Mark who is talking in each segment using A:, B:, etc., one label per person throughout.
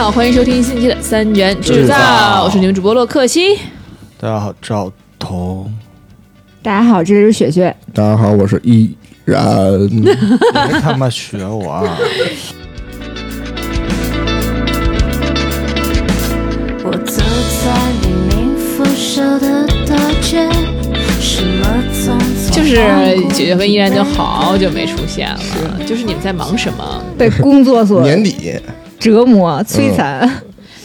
A: 好，欢迎收听新期的《三元制造》，我是你们主播洛克西。
B: 大家好，赵 彤。
C: 大家好，这是雪雪。
D: 大家好，我是依然。
B: 别他妈学我啊！
E: 我走在黎明辐射的大街，什么匆匆
A: 就是九月和依然就好久没出现了，就是你们在忙什么？
C: 被工作所
D: 年底
C: 折磨摧残，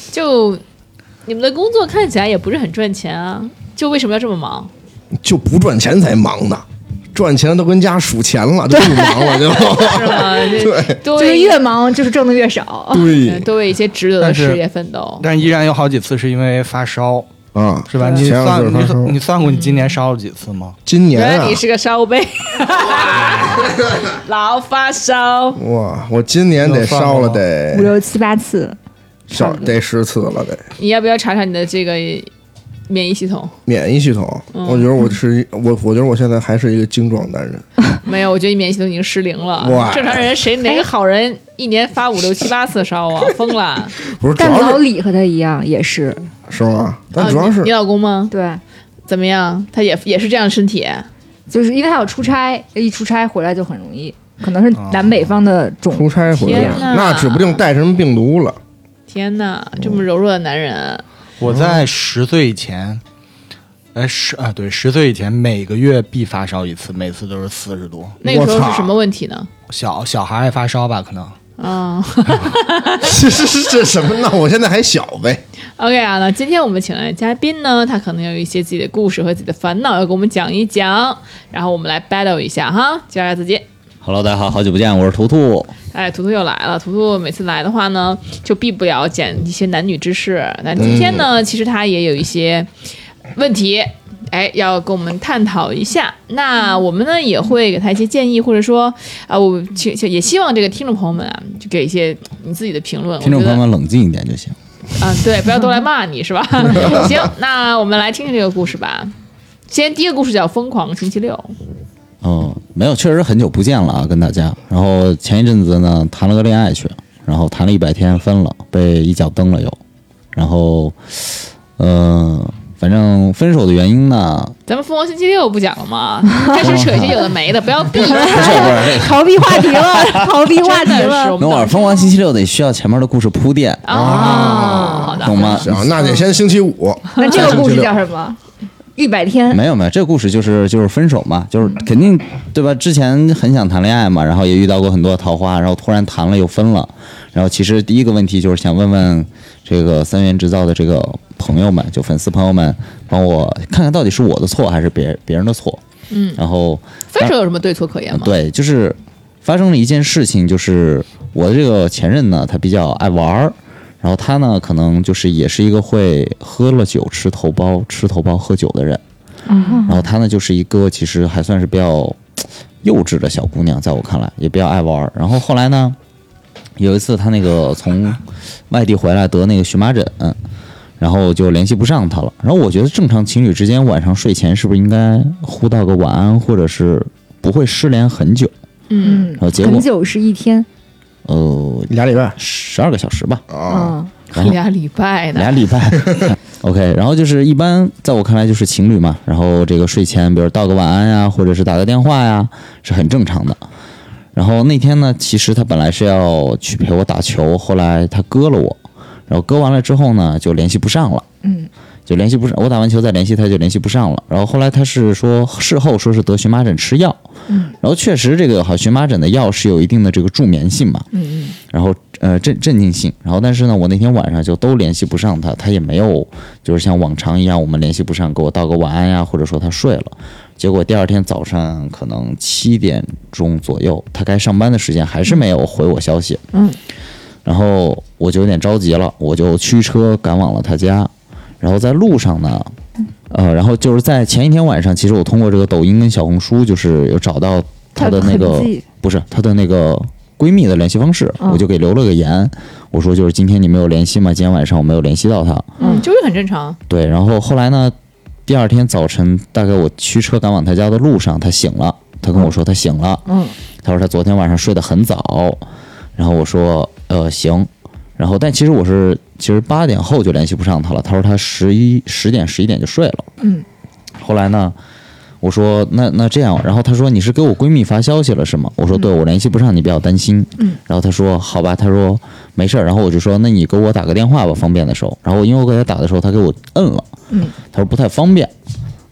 A: 就你们的工作看起来也不是很赚钱啊，就为什么要这么忙？
D: 就不赚钱才忙呢，赚钱都跟家数钱了，就不 忙了就。
A: 是吗？
D: 对
A: 多
C: 就是
A: 为
C: 越忙就是挣的越少。
D: 对
A: 多呃为一些值得的
B: 但是
A: 事业奋斗。
B: 但是依然有好几次是因为发烧，
D: 啊，
B: 是嗯吧？
D: 对
B: 你
D: 前两
B: 算
D: 次发
B: 你
D: 烧
B: 算你算过你今年烧了几次吗？
D: 今年
A: 原来
D: 啊
A: 你，是个烧杯，老发烧。
D: 哇，我今年得烧了得
C: 五六七八次，
D: 少得十次了得。
A: 你要不要查查你的这个免疫系统？
D: 免疫系统，
A: 嗯
D: 我觉得我是一我，我觉得我现在还是一个精壮男人。
A: 没有，我觉得你免疫系统已经失灵了。
D: 哇
A: 正常人谁哪个好人一年发五六七八次烧啊？疯 了！
D: 不是，主
C: 但老
D: 要是
C: 李和他一样也是，
D: 是吗？但
A: 啊
D: 主要是
A: 你你老公吗？
C: 对，
A: 怎么样？他也也是这样身体，
C: 就是因为他有出差，一出差回来就很容易，可能是南北方的种
D: 出差回来
A: 天，哪
D: 那指不定带什么病毒 了。
A: 天哪，
D: 哦
A: 这么柔弱的男人，
B: 我在十岁以前，哎十啊对，十岁以前每个月必发烧一次，每次都是四十度。
A: 那个时
D: 我
A: 候
D: 操
A: 是什么问题呢？
B: 小小孩爱发烧吧？可能
A: 啊、
D: 这这这这什么呢？我现在还小呗。
A: o k 啊，那今天我们请来的嘉宾呢，他可能有一些自己的故事和自己的烦恼要给我们讲一讲，然后我们来 battle 一下哈，介绍一下自己。
F: Hello，大家好，好久不见，我是图图。
A: 哎，图图又来了。图图每次来的话呢，就避不了讲一些男女之事。那今天呢，
F: 嗯
A: 其实他也有一些问题，哎，要跟我们探讨一下。那我们呢也会给他一些建议，或者说啊，我其其也希望这个听众朋友们啊，就给一些你自己的评论。
F: 听众
A: 我觉
F: 朋
A: 得
F: 友们冷静一点就行。
A: 啊，对，不要都来骂你是 吧？行，那我们来听听这个故事吧。先第一个故事叫《疯狂星期六》。
F: 哦，没有，确实很久不见了啊，跟大家。然后前一阵子呢，谈了个恋爱去，然后谈了一百天，分了，被一脚蹬了又。然后，呃，反正分手的原因呢，
A: 咱们疯狂星期六不讲了吗？开始扯一些有的没的，不要避。
F: 不是不是，
C: 逃避话题了，逃避话题
A: 真的是
C: 了
A: 我。们
F: 等会 儿疯狂星期六得需要前面的故事铺垫，
A: 啊，好的，
F: 哦懂吗？
D: 啊，那得先星期五。
C: 那这个故事
D: 星期六
C: 叫什么？一百天。
F: 没有没有，这个故事就是就是分手嘛，就是肯定对吧？之前很想谈恋爱嘛，然后也遇到过很多桃花，然后突然谈了又分了，然后其实第一个问题就是想问问这个三元制造的这个朋友们，就粉丝朋友们，帮我看看到底是我的错还是别别人的错？嗯，然后
A: 分手有什么对错可言吗？
F: 呃对，就是发生了一件事情，就是我的这个前任呢，他比较爱玩儿，然后他呢，可能就是也是一个会喝了酒吃头孢、吃头孢喝酒的人，然后他呢，就是一个其实还算是比较幼稚的小姑娘，在我看来也比较爱玩儿。然后后来呢，有一次他那个从外地回来得那个荨麻疹。然后就联系不上他了。然后我觉得正常情侣之间晚上睡前是不是应该互道个晚安，或者是不会失联很久？
A: 嗯，
C: 嗯
F: 然，后结
C: 很
F: 果
C: 久是一天。
F: 呃
D: 俩礼拜
F: 十二个小时吧，
D: 啊，
C: 嗯，
F: 然后
A: 俩礼拜呢
F: 俩，礼拜。OK，然后就是一般在我看来就是情侣嘛，然后这个睡前比如道个晚安呀，或者是打个电话呀，是很正常的。然后那天呢，其实他本来是要去陪我打球，后来他割了我，然后割完了之后呢，就联系不上了。
C: 嗯，
F: 就联系不上，我打完球再联系他就联系不上了。然后后来他是说事后说是得荨麻疹吃药，嗯，然后确实这个好荨麻疹的药是有一定的这个助眠性嘛，嗯嗯，然后呃镇镇静性，然后但是呢我那天晚上就都联系不上他，他也没有就是像往常一样我们联系不上给我道个晚安呀，或者说他睡了。结果第二天早上可能七点钟左右，他该上班的时间还是没有回我消息，
C: 嗯，
F: 然后我就有点着急了，我就驱车赶往了他家，然后在路上呢，
C: 嗯
F: 呃，然后就是在前一天晚上，其实我通过这个抖音跟小红书，就是有找到她的那
C: 她的
F: 个
C: 痕迹
F: 不是她的那个闺蜜的联系方式，
C: 嗯
F: 我就给留了个言，我说就是今天你没有联系吗？今天晚上我没有联系到她。
A: 嗯，就是很正常。
F: 对，然后后来呢，第二天早晨大概我驱车赶往她家的路上，她醒了，她跟我说她醒了，
C: 嗯，
F: 她说她昨天晚上睡得很早，然后我说呃行，然后，但其实我是其实八点后就联系不上他了。他说他十一十点十一点就睡了。
C: 嗯。
F: 后来呢，我说那那这样，然后他说你是给我闺蜜发消息了是吗？我说对，我联系不上你，比较担心。
C: 嗯。
F: 然后他说好吧，他说没事儿。然后我就说那你给我打个电话吧，方便的时候。然后因为我给他打的时候，他给我摁了。
C: 嗯。
F: 他说不太方便。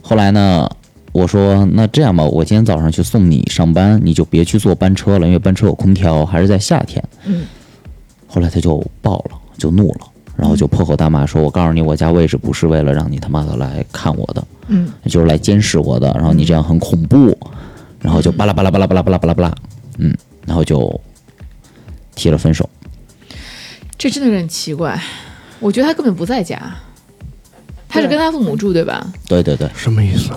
F: 后来呢，我说那这样吧，我今天早上去送你上班，你就别去坐班车了，因为班车有空调，还是在夏天。
C: 嗯。
F: 后来他就爆了，就怒了，然后就破口大骂说：“我告诉你，我家位置不是为了让你他妈的来看我的，
C: 嗯，
F: 就是来监视我的。然后你这样很恐怖。”然后就巴拉巴拉巴拉巴拉巴拉巴拉巴拉，嗯，然后就提了分手。
A: 这真的有点奇怪。我觉得他根本不在家，他是
C: 对
A: 跟他父母住对吧？
F: 对对对，
D: 什么意思？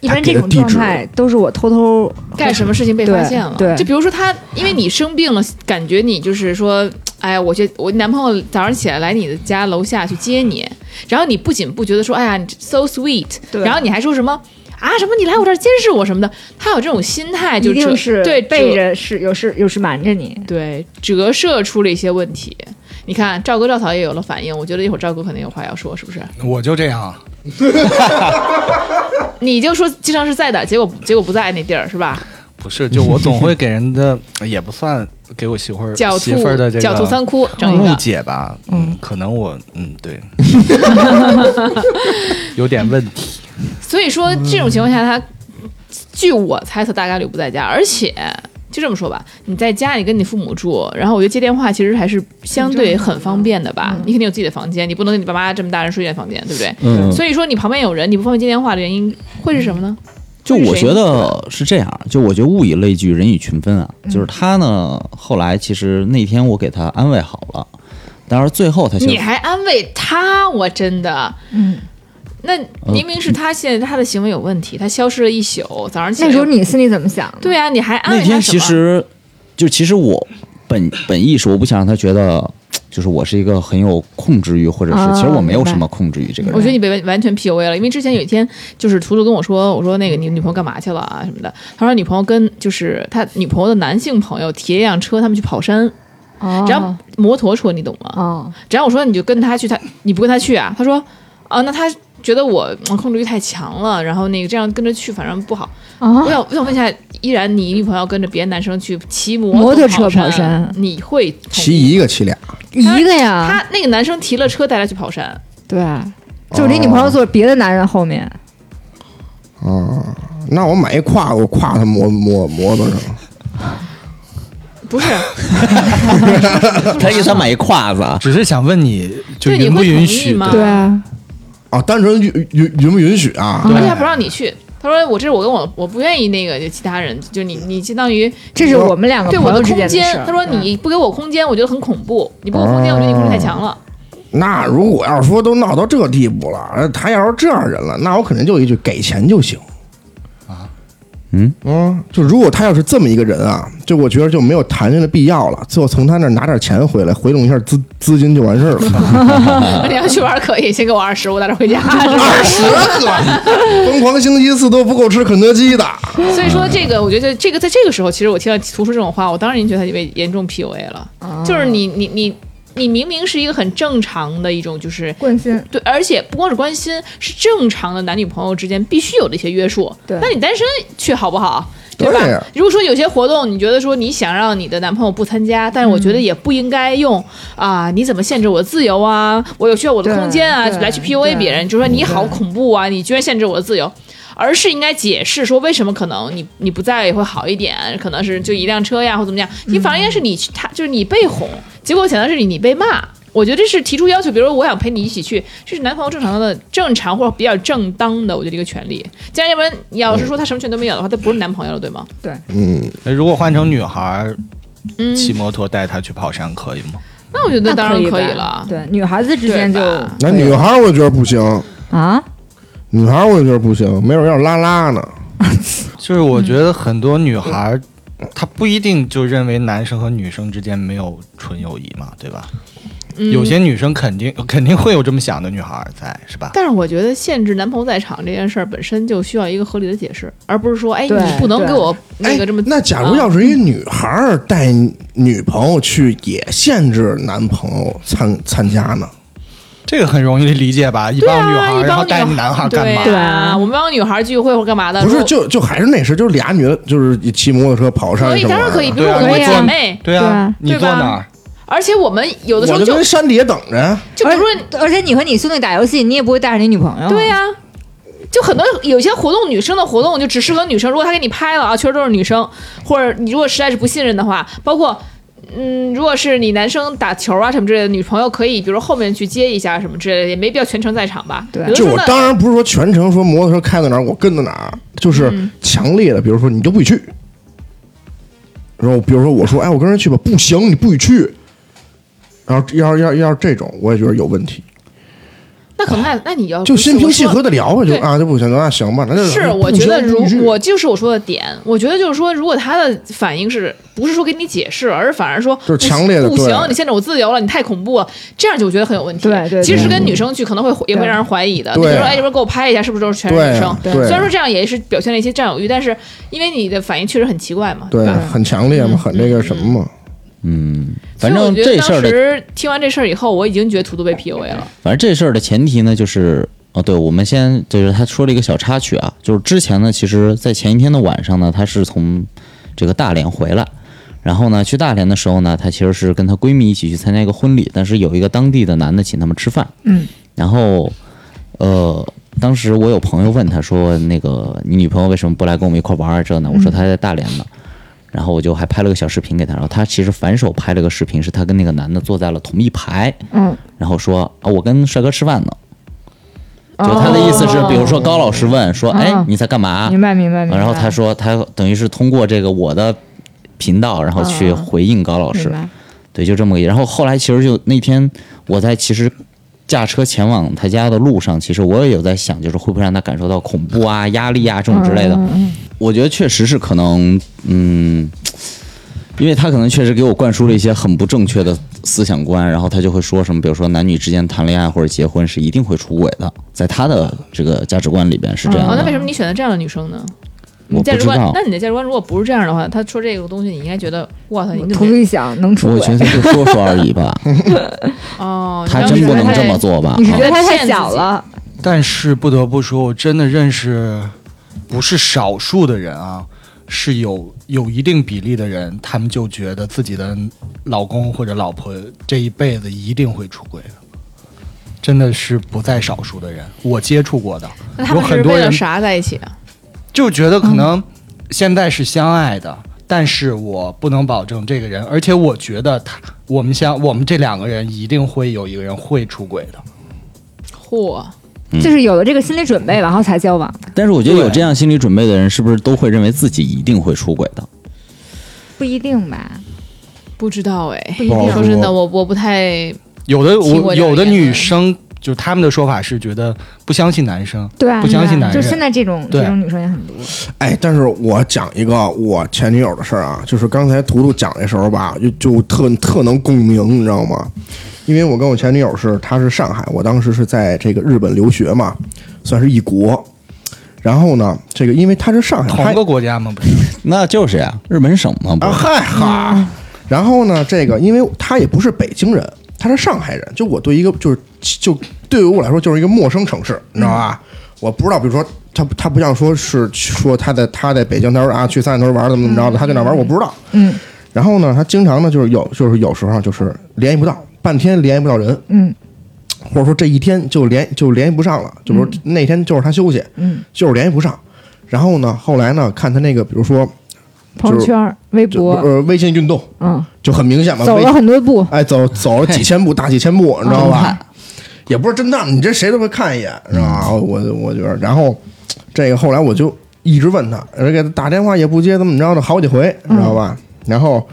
C: 一般这种状态都是我偷偷
A: 干什么事情被发
C: 对
A: 现了？
C: 对
A: 就比如说他，因为你生病了，感觉你就是说，哎呀，我去，我男朋友早上起来来你的家楼下去接你，然后你不仅不觉得说，哎呀你 so sweet，
C: 对
A: 然后你还说什么啊什么你来我这儿监视我什么的，他有这种心态就
C: 一定
A: 折
C: 是
A: 对
C: 背
A: 折
C: 着是有事有事瞒着你，
A: 对折射出了一些问题。你看赵哥赵嫂也有了反应，我觉得一会儿赵哥肯定有话要说，是不是？
B: 我就这样，啊
A: 你就说经常是在的，结果结果不在那地儿是吧？
B: 不是，就我总会给人 的也不算给我媳妇儿
A: 狡
B: 媳
A: 兔
B: 妇儿的这
A: 狡兔
B: 个
A: 三窟，整一
B: 误
A: 个。
B: 解吧，嗯，可能我嗯 对，有点问题，
A: 所以说这种情况下，他据我猜测大概率不在家，而且就这么说吧，你在家里跟你父母住，然后我觉得接电话其实还是相对很方便的吧。你肯定有自己的房间，你不能跟你爸妈这么大人睡一间房间，对不对？
F: 嗯
A: 所以说你旁边有人，你不方便接电话的原因会是什么呢？
F: 就
A: 会是
F: 我
A: 谁嗯
F: 觉
A: 呢
F: 得是这样，就我觉得物以类聚，人以群分啊。就是他呢，后来其实那天我给他安慰好了，但是最后他先
A: 你还安慰他，我真的，
C: 嗯，
A: 那明明是他现在他的行为有问题，他消失了一宿，早上起来
C: 那时候你心里怎么想？
A: 对，啊，你还安慰
F: 那
A: 他
F: 天
A: 什
F: 其
A: 么
F: 实就其实我本本意是我不想让他觉得，就是我是一个很有控制欲，或者是
C: 啊
F: 其实我没有
C: 明白
F: 什么控制欲这个
A: 哦我觉得
F: 人。
A: 你被完完全 PUA 了，因为之前有一天就是图图跟我说，我说那个你女朋友干嘛去了啊什么的，他说女朋友跟就是他女朋友的男性朋友提了一辆车，他们去跑山，
C: 哦，
A: 只要摩托车你懂吗？
C: 哦，
A: 只要我说你就跟他去，他你不跟他去啊？他说啊，那他觉得我嗯控制欲太强了，然后那个这样跟着去反正不好。
C: 啊
A: 我想我想问一下，依然你女朋友跟着别的男生去骑摩
C: 摩托车
A: 跑
C: 跑山啊
A: 你会同
D: 骑一个骑俩，
C: 一个呀，
A: 他那个男生提了车带他去哦跑山，
C: 对啊，就你女朋友坐别的男人后面，
D: 那我买一胯，我胯他摩摩摩托上，
A: 不是？
F: 他给他买一胯子啊，
B: 只是想问你，就
A: 对你
B: 允不
A: 会同
B: 允
A: 意
B: 许
A: 吗
B: 对
C: 对啊，
D: 啊，单纯允允允不允许啊？
A: 而且他不让你去。他说：“我这是我跟我我不愿意那个就其他人，就你你相当于
C: 这是我们两个
A: 对我
C: 啊朋
A: 的
C: 友之
A: 空
C: 间的事
A: 间
C: 儿。。”
A: 他说：“你不给我空间，我觉得很恐怖。你不给我空间，我觉得你控制太强了。
D: 那如果要是说都闹到这地步了，他要是这样人了，那我肯定就一句给钱就行。啊
F: 嗯
D: 嗯，就如果他要是这么一个人啊，就我觉得就没有谈恋爱的必要了，最后从他那儿拿点钱回来，回笼一下资资金就完事儿了。 嗯
A: 你要去玩可以，先给我二十，我打算 回家。是吧
D: 二十个，疯狂星期四都不够吃肯德基的。
A: 所以说这个，我觉得这个在这个时候，其实我听到图书这种话，我当然已经觉得他被严重 PUA 了。
C: 哦
A: 就是你你你你明明是一个很正常的一种就是。”
C: 关心，
A: 对，而且不光是关心，是正常的男女朋友之间必须有的一些约束。
C: 对
A: 那你单身去好不好？对吧？
D: 对呀
A: 如果说有些活动，你觉得说你想让你的男朋友不参加，但是我觉得
D: 嗯
A: 也不应该用啊、你怎么限制我的自由啊？我有需要我的
C: 对
A: 空间啊，
C: 对
A: 来去 PUA
C: 对
A: 别人，就说你好恐怖啊，你居然限制我的自由。而是应该解释说为什么可能你你不在也会好一点，可能是就一辆车呀或怎么样，你反而应该是你去他就是你被哄，结果显然是你你被骂。我觉得这是提出要求，比如说我想陪你一起去，这是男朋友正常的、正常或者比较正当的，我觉得一个权利。既然要不然你要是说他什么权利都没有的话，他不是男朋友了，对吗？
C: 对，
D: 嗯，
B: 哎如果换成女孩儿
A: 嗯，
B: 骑摩托带她去跑山可以吗？
A: 那我觉得当然
C: 可
A: 以
C: 吧
A: 了。
C: 对，女孩子之间就
A: 对吧
D: 那女孩我觉得不行，
C: 啊，
D: 女孩我觉得不行，没准要拉拉呢。
B: 就是我觉得很多女孩儿，她不一定就认为男生和女生之间没有纯友谊嘛，对吧？
A: 嗯
B: 有些女生肯定肯定会有这么想的女孩儿在，是吧？
A: 但是我觉得限制男朋友在场这件事儿本身就需要一个合理的解释，而不是说，哎，你
C: 对
A: 不能
C: 对
A: 给我那个
D: 哎
A: 这么。
D: 那假如要
A: 啊
D: 是一女孩儿带女朋友去，也限制男朋友参参加呢？
B: 这个很容易理解吧？一
A: 对
B: 帮女孩
A: 啊，
B: 儿，
A: 一
B: 然后
A: 帮女
B: 带男孩儿干嘛？
A: 对
C: 对
A: 啊，
C: 啊
A: 我们帮女孩聚会或干嘛的？
D: 不
A: 如
D: 是，
A: 果
D: 就就还是那时，就是俩女的，就是骑摩托车跑山
A: 可以，
D: 什么
A: 当
D: 玩
A: 然
D: 意儿
A: 可以，比如说
B: 对啊
A: 我们
D: 我
A: 是姐
D: 坐
A: 妹，
B: 对啊
C: 对，
B: 你
A: 对
B: 坐
A: 吧
B: 哪儿？
A: 而且我们有的时
D: 我
A: 候
D: 就
A: 就
D: 跟山底下等着。啊
A: 就比如
B: 哎
A: 说
C: 而且你和你兄弟打游戏，你也不会带着你女朋友。
A: 对、呀、就很多有些活动，女生的活动就只适合女生。如果她给你拍了啊，确实都是女生，或者你如果实在是不信任的话，包括嗯，如果是你男生打球啊什么之类的，女朋友可以比如说后面去接一下什么之类的，也没必要全程在场吧。
C: 对
A: 有的时
D: 就
A: 候
D: 我
A: 呢
D: 当然不是说全程说摩托车开到哪儿我跟到哪儿，就是
A: 嗯
D: 强烈的，比如说你就不许去。然后比如说我说哎我跟人去吧，不行你不许去。然后要要要这种我也觉得有问题，
A: 那可能那那你要
D: 就心平气
A: 呃我说
D: 和的聊吧，就
A: 对，
D: 啊就不行那行吧，那就是嗯不
A: 我觉得
D: 行
A: 如
D: 不许
A: 我就是我说的点，我觉得就是说，如果他的反应是不是说给你解释，而是反而说
D: 就是
A: 不行
D: 强烈的
A: 不行，
D: 对
A: 你限制我自由了，你太恐怖了，这样就我觉得很有问题。
C: 对对
A: 其实
C: 对
A: 跟女生去可能会也会
C: 对
A: 让人怀疑的，比
D: 对
A: 如说哎，这边给我拍一下，是不是都是全是女
D: 对
A: 生
D: 啊？对
A: 虽然说这样也是表现了一些占有欲，但是因为你的反应确实很奇怪嘛，
D: 对
A: 吧？
D: 很强烈嘛，很那个什么嘛，
F: 嗯，
A: 所
F: 反
A: 以我
F: 正
A: 觉得
F: 这
A: 当
F: 事儿的
A: 时听完这事儿以后，我已经觉得图图被 PUA 了。
F: 反正这事儿的前提呢，就是哦，对，我们先就是他说了一个小插曲啊，就是之前呢，其实在前一天的晚上呢，他是从这个大连回来，然后呢，去大连的时候呢，她其实是跟她闺蜜一起去参加一个婚礼，但是有一个当地的男的请他们吃饭，
C: 嗯，
F: 然后呃，当时我有朋友问她说，那个你女朋友为什么不来跟我们一块玩儿这呢？我说她在大连呢。然后我就还拍了个小视频给她，然后她其实反手拍了个视频，是她跟那个男的坐在了同一排，
C: 嗯，
F: 然后说啊，我跟帅哥吃饭呢。就他的意思是，比如说高老师问说，哎
C: 哦，
F: 你在干嘛？
C: 明白明白明白。
F: 然后他说，他等于是通过这个我的频道，然后去
C: 哦
F: 回应高老
C: 明
F: 师，
C: 白
F: 对，就这么个。然后后来其实就那天我在其实驾车前往他家的路上，其实我也有在想，就是会不会让他感受到恐怖啊、压力啊这种之类
C: 嗯
F: 的。我觉得确实是可能，嗯。因为他可能确实给我灌输了一些很不正确的思想观，然后他就会说什么，比如说男女之间谈恋爱或者结婚是一定会出轨的，在他的这个价值观里边是
C: 嗯
F: 这样
A: 哦，
F: 的。
A: 那为什么你选择这样的女生呢？
F: 嗯我
A: 你价
F: 不
A: 值
F: 知
A: 观
F: 道，
A: 那你的价值观如果不是这样的话，他说这个东西，你应该觉得，哇操，你怎
C: 图
A: 么
C: 一想能出
F: 我
C: 轨，
F: 觉得就说说而 已吧，
A: 哦？
F: 他
A: 你
F: 真
A: 当
F: 不
A: 时
F: 能
A: 还
F: 这么做吧
C: 你？是
A: 嗯
C: 觉得
F: 啊
C: 他太小了？
B: 但是不得不说，我真的认识不是少数的人啊，是有有一定比例的人，他们就觉得自己的老公或者老婆这一辈子一定会出轨的，真的是不在少数的人，我接触过的
A: 那他
B: 有
A: 们是嗯
B: 很多
A: 为了
B: 人
A: 啥在一起啊？
B: 就觉得可能现在是相爱的，但是我不能保证这个人，而且我觉得他我们相我们这两个人一定会有一个人会出轨的。
A: 嚯，
C: 就是有了这个心理准备，然后才交往，
F: 但是我觉得有
B: 对
F: 这样心理准备的人，是不是都会认为自己一定会出轨的？
C: 不一定吧？
A: 不知道哎，
C: 不一定
A: 说真的，我我不太
B: 有的
A: 听过
B: 我
A: 这样
B: 有的
C: 啊
A: 言论
B: 女生，就他们的说法是觉得不相信男生，
C: 对啊，
B: 不相信
C: 对啊
B: 男
C: 就
B: 人
C: 现在这种
B: 对
C: 这种女生也很多。
D: 哎，但是我讲一个我前女友的事儿啊，就是刚才图图讲的时候吧，就就特特能共鸣，你知道吗？因为我跟我前女友是，她是上海，我当时是在这个日本留学嘛，算是异国。然后呢，这个因为她是上海，
B: 同
D: 她
B: 一个国家吗？不是，
F: 那就是呀、日本省嘛，不
D: 啊
F: 是
D: 嗨哈。然后呢，这个因为她也不是北京人，她是上海人，就我对一个就是就对于我来说就是一个陌生城市，你知道吧？我不知道，比如说她她不像说是说她在她在北京，她说啊去三里屯玩儿怎么怎么着的，她去哪儿玩儿我不知道。
C: 嗯
D: 然后呢，她经常呢就是有就是有时候就是联系不到，半天联系不到人，
C: 嗯
D: 或者说这一天就联就联系不上了，就比如那天就是她休息，
C: 嗯，
D: 就是联系不上。然后呢，后来呢，看她那个比如说
C: 朋友圈、微
D: 就
C: 博，
D: 呃微信运动
C: 嗯，
D: 就很明显嘛，
C: 走
D: 微
C: 了啊很多步，
D: 哎，走走了几千步，大几千步，你知道吧？也不是真的，你这谁都会看一眼，
C: 嗯
D: 你知道吧？我我觉得，然后这个后来我就一直问他，而且给他打电话也不接，怎么着的，好几回，
C: 嗯
D: 你知道吧？然后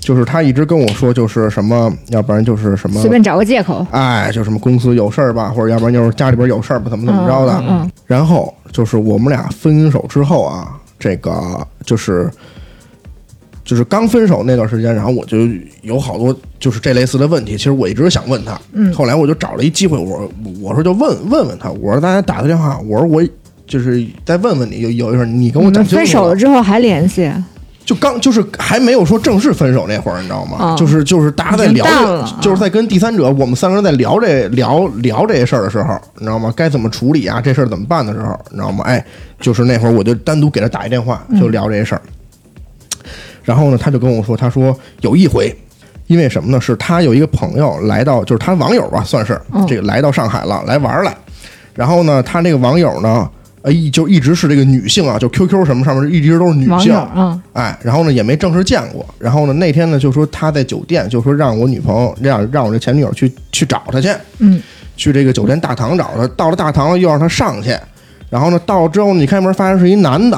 D: 就是他一直跟我说，就是什么，要不然就是什么
C: 随，便找个借口，
D: 哎，就什么公司有事儿吧，或者要不然就是家里边有事儿吧，怎么怎么着的。
C: 嗯嗯，
D: 然后就是我们俩分手之后啊，这个就是就是刚分手那段时间，然后我就有好多就是这类似的问题，其实我一直想问他，嗯，后来我就找了一机会，我我说就问问问他，我说大家打个电话，我说我就是再问问你，有有一事儿你跟
C: 你
D: 我讲
C: 们
D: 清楚
C: 分手
D: 了嗯
C: 了之后还联系？
D: 就刚就是还没有说正式分手那会儿，你知道吗？
C: 啊
D: 就是就是大家在聊
C: 已经
D: 这
C: 淡
D: 个
C: 了，
D: 就是在跟第三者，我们三个人在聊这聊聊这事儿的时候，你知道吗？该怎么处理啊？这事儿怎么办的时候，你知道吗？哎，就是那会儿我就单独给他打一电话，
C: 嗯
D: 就聊这事儿。然后呢，他就跟我说，他说有一回，因为什么呢？是他有一个朋友来到，就是他网友吧，算是
C: 嗯
D: 这个来到上海了，来玩儿来。然后呢，他这个网友呢，呃，一就一直是这个女性啊，就 QQ 什么上面一直都是女
C: 网
D: 性
C: 友，啊，
D: 哎，然后呢也没正式见过。然后呢那天呢就说他在酒店，就说让我女朋友让让我这前女友去去找他去，
C: 嗯，
D: 去这个酒店大堂找他。到了大堂了又让他上去，然后呢到了之后你开门发现是一男的，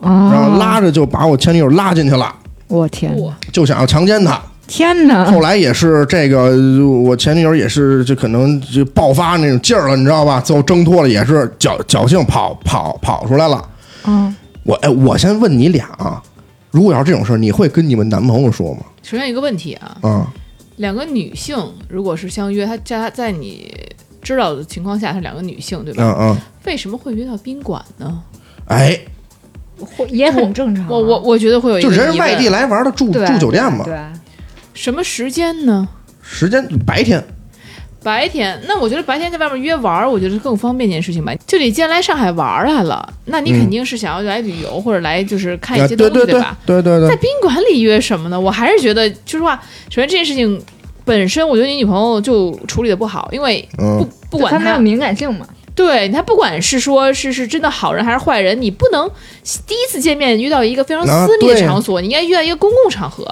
C: 啊，
D: 然后拉着就把我前女友拉进去了，
C: 我天，
A: 哇，
D: 就想要强奸她。
C: 嗯天哪！
D: 后来也是这个，呃我前女友也是，就可能就爆发那种劲儿了，你知道吧？最后挣脱了，也是侥侥幸跑跑跑出来了。
C: 嗯，
D: 我哎，我先问你俩啊，如果要是这种事儿，你会跟你们男朋友说吗？
A: 首先有一个问题啊，
D: 啊、
A: 两个女性如果是相约，她在在你知道的情况下是两个女性，对吧？
D: 嗯嗯，
A: 为什么会约到宾馆呢？
D: 哎，
C: 也很正常啊。
A: 我我我觉得会有一
D: 就
A: 个啊
D: 人
A: 疑
D: 是外地
A: 问
D: 来玩的，住
C: 对
D: 住酒店嘛
C: 对，，
A: 什么时间呢？
D: 时间白天，
A: 白天，那我觉得白天在外面约玩儿，我觉得更方便一件事情吧。就你既然来上海玩儿来了，那你肯定是想要来旅游、或者来就是看一
D: 啊
A: 些
D: 对
A: 东
D: 对
A: 西，
D: 对
A: 吧？
D: 对对
A: 在
D: 对，
A: 宾馆里约什么呢？我还是觉得，说实话，首先这件事情本身，我觉得你女朋友就处理的不好，因为不
D: 嗯，
A: 不
C: 就
A: 管
C: 他没有
A: 她，
C: 敏感性嘛。
A: 对她不管是说是是真的好人还是坏人，你不能第一次见面约到一个非常
D: 啊
A: 私密的
D: 对
A: 场所，你应该约到一个公共场合，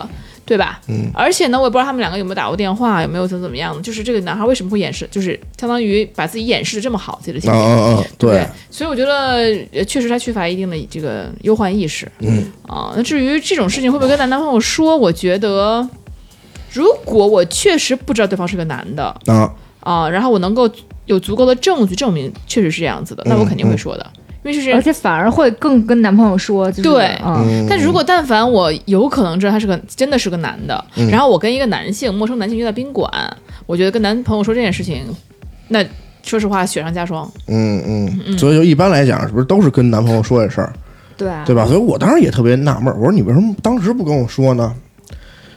A: 对吧？
D: 嗯
A: 而且呢，我也不知道他们两个有没有打过电话，有没有怎么怎么样的。就是这个男孩为什么会掩饰，就是相当于把自己掩饰的这么好，自己的
D: 嗯
A: 情绪。
D: 嗯嗯，
A: 对
D: 对，
A: 所以我觉得呃确实他缺乏一定的这个忧患意识。
D: 嗯
A: 啊，那至于这种事情会不会跟男男朋友说，我觉得如果我确实不知道对方是个男的
D: 啊，
A: 啊，然后我能够有足够的证据证明确实是这样子的，那我
D: 嗯
A: 肯定会
D: 嗯
A: 说的，因为是这样
C: 而。且反而会更跟男朋友说，就是
A: 对
C: 嗯，
A: 啊但如果但凡我有可能知道他是个真的是个男的，
D: 嗯
A: 然后我跟一个男性陌生男性约在宾馆，我觉得跟男朋友说这件事情，那说实话雪上加霜。
D: 嗯嗯，所以就一般来讲，是不是都是跟男朋友说这事儿，
C: 对啊
D: 对吧？所以我当时也特别纳闷儿，我说你为什么当时不跟我说呢？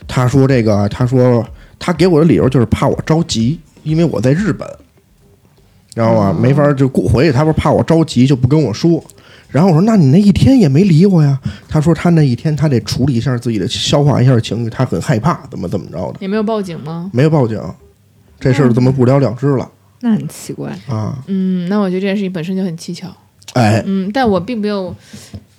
D: 他说这个，他说他给我的理由就是怕我着急，因为我在日本，知道吗？没法儿就过回去，他不是怕我着急就不跟我说。然后我说：“那你那一天也没理我呀？”他说：“他那一天他得处理一下自己的，消化一下情绪，他很害怕，怎么怎么着的，
A: 你没有报警吗？
D: 没有报警，这事儿这么不了了之了
C: 那很奇怪，
D: 啊？
A: 嗯，那我觉得这件事情本身就很蹊跷。
D: 哎，
A: 嗯，但我并没有，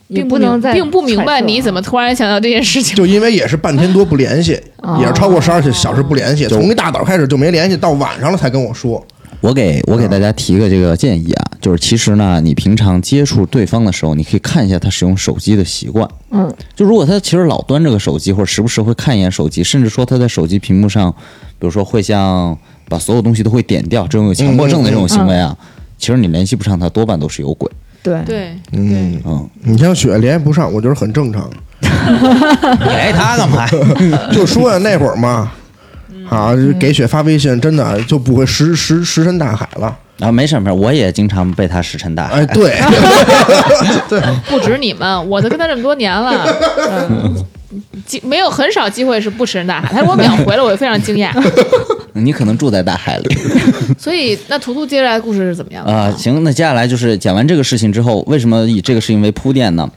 C: 也
A: 并不
C: 能
A: 明
C: 再
A: 并不明白你怎
C: 么
A: 么突然想到这件事情。
D: 就因为也是半天多不联系，
C: 哦
D: 也是超过十二小时不联系，从一大早开始就没联系，到晚上了才跟我说。
F: 我给我给大家提个这个建议啊，就是其实呢，你平常接触对方的时候，你可以看一下他使用手机的习惯。
C: 嗯，
F: 就如果他其实老端着个手机，或者时不时会看一眼手机，甚至说他在手机屏幕上，比如说会像把所有东西都会点掉这种有强迫症的这种行为啊，
C: 嗯
F: 其实你联系不上他，多半都是有鬼。
C: 对
A: 对，
D: 嗯，
F: 嗯，
D: 你像雪联系不上，我觉得很正常。
G: 你来他干嘛？
D: 就说呀，那会儿嘛，啊，给雪发微信，真的就不会石石石沉大海了。
F: 啊，没事没事，我也经常被他石沉大海。
D: 哎， 对，
A: 不止你们，我都跟他这么多年 了，嗯，机没有很少机会是不吃人大海。他如果秒回了，我就非常惊 讶。
F: 你可能住在大海里
A: 所以，那图图接下来的故事是怎么样的？
F: 啊、行，那接下来就是讲完这个事情之后，为什么以这个事情为铺垫呢？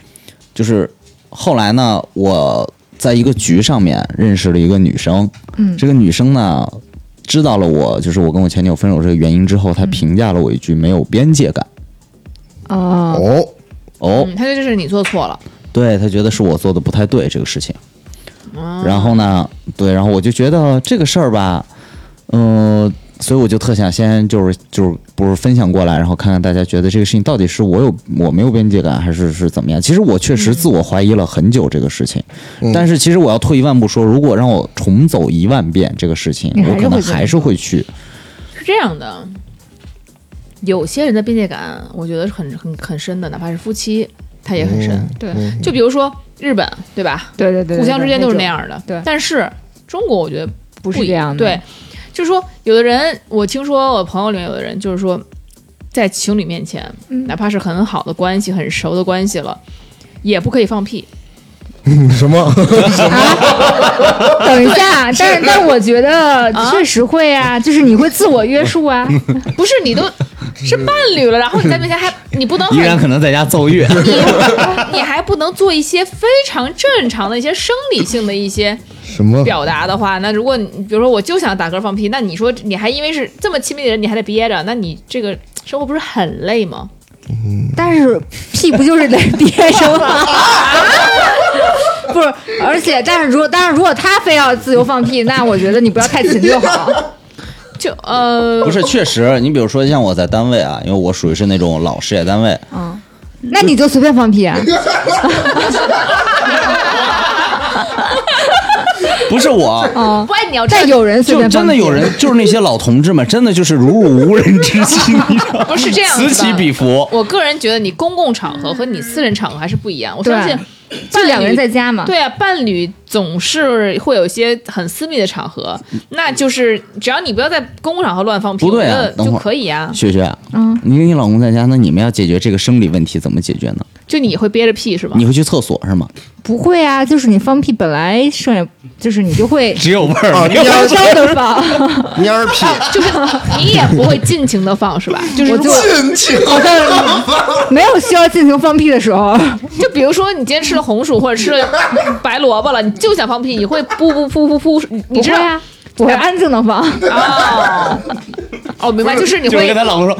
F: 就是后来呢，我在一个局上面认识了一个女生，
C: 嗯
F: 这个女生呢知道了我就是我跟我前女友分手这个原因之后，她评价了我一句没有边界感。
C: 啊，
D: 哦，
F: 哦，
A: 嗯，他觉得这是你做错了。
F: 对她觉得是我做的不太对这个事情。
C: 嗯
A: 嗯
F: 然后呢，对，然后我就觉得这个事儿吧，嗯、所以我就特想先就是就是不是分享过来，然后看看大家觉得这个事情到底是我有我没有边界感，还是是怎么样？其实我确实自我怀疑了很久这个事情，
C: 嗯
F: 但是其实我要退一万步说，如果让我重走一万遍这个事情
C: 你，还
F: 我
C: 是
F: 可能
C: 会这
F: 还
C: 么
F: 是会去。
A: 是这样的，有些人的边界感，我觉得是很很很深的，哪怕是夫妻，他也很深。
C: 对
A: 就比如说，日本，对吧？
C: 对嗯对对，
A: 互相之间都是那
C: 样。
A: 样的。
C: 对
A: 但是中国我觉得
C: 不是
A: 一
C: 这样的
A: 对，就是说，有的人我听说我朋友里面有的人就是说，在情侣面前，
C: 嗯
A: 哪怕是很好的关系、很熟的关系了，也不可以放屁。
D: 什么？
C: 等一 下，但是但是我觉得确实会啊，就是你会自我约束 啊，
A: 不是你都是伴侣了，然后你在面前还你不能
C: 哦
G: 依
A: 很
G: 然可能在家奏乐。
A: 你你还不能做一些非常正常的一些生理性的一些
D: 什么？
A: 表达的话，那如果你比如说我就想打嗝放屁，那你说你还因为是这么亲密的人，你还得憋着，那你这个生活不是很累吗？
C: 但是屁不就是得憋着吗？ 不是，而且但是如果但是如果他非要自由放屁，那我觉得你不要太勤就好。
A: 就呃，
F: 不是，确实，你比如说像我在单位啊，因为我属于是那种老事业单位，
C: 嗯，那你就随便放屁啊，
F: 不是我，
C: 嗯，
A: 不爱你要这
C: 但有人随
F: 就
C: 便放屁
F: 真的有人，就是那些老同志们，真的就是如入无人之境，你知道吗
A: 不 是这样子
F: 此
A: 的
F: 起彼伏。
A: 我个人觉得你公共场合和你私人场合还是不一样。我相信
C: 嗯对，就两个人在家嘛，
A: 对啊，伴侣总是会有一些很私密的场合，那就是只要你不要在公共场合乱放屁，
F: 嗯不对啊
A: 我觉得
F: 等
A: 就
F: 会儿
A: 可以啊。
F: 雪雪，
C: 嗯，
F: 你跟你老公在家，那你们要解决这个生理问题怎么解决呢？
A: 就你会憋着屁是吧？
F: 你会去厕所是吗？
C: 不会啊，就是你放屁本来剩下就是你就会
G: 只有味儿
B: 哦
D: 啊，
G: 没有
D: 蔫
C: 悄悄
D: 儿
C: 的放，
D: 蔫儿屁，
A: 就是你也不会尽情的放 是吧？就是
C: 我
A: 如
C: 就
A: 果
D: 尽情
C: 好像没有需要进行放屁的时候，
A: 就比如说你今天吃了红薯或者吃了白萝卜了，你就想放屁，你会噗噗噗噗噗，你你
C: 不
A: 知
C: 会
A: 道
C: 啊，我会安静的放，
A: 哦 哦，明白，就是你
G: 就是跟
A: 会
G: 她老公 说，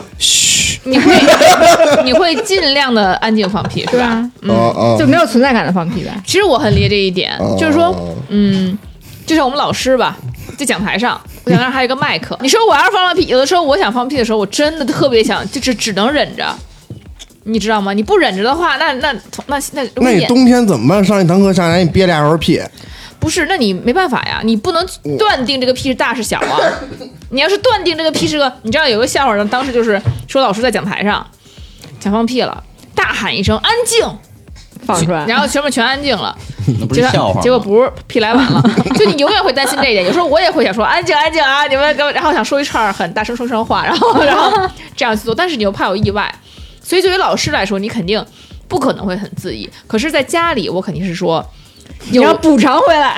A: 你会 你会尽量的安静放屁，是
C: 对
A: 吧？
C: 吧？
D: 啊啊！
C: 就没有存在感的放屁呗。
A: 其实我很理解这一点，就是说，嗯，就像我们老师吧，在讲台上，我讲台上还有一个麦克， 你说我要是放了屁，有的时候我想放屁的时候，我真的特别想，就只只能忍着。你知道吗？你不忍着的话，那那那那
D: 那你
A: 眼
D: 冬天怎么办？上一堂课下来，你憋俩小时屁，
A: 不是，那你没办法呀，你不能断定这个屁是大是小啊。你要是断定这个屁是个，你知道有个笑话呢，当时就是说老师在讲台上想放屁了，大喊一声安静，
C: 放出来。
A: 然后前面全安静了，
F: 那不
A: 结
F: 是
A: 果
F: 笑话吗
A: 结果不是屁来 晚了，就你永远会担心这一点。有时候我也会想说安静安静啊，你们给我，然后想说一串很大声说一串话，然 后然后这样去做，但是你又怕有意外，所以作为老师来说，你肯定不可能会很自意。可是，在家里，我肯定是说。
C: 你要补偿回来，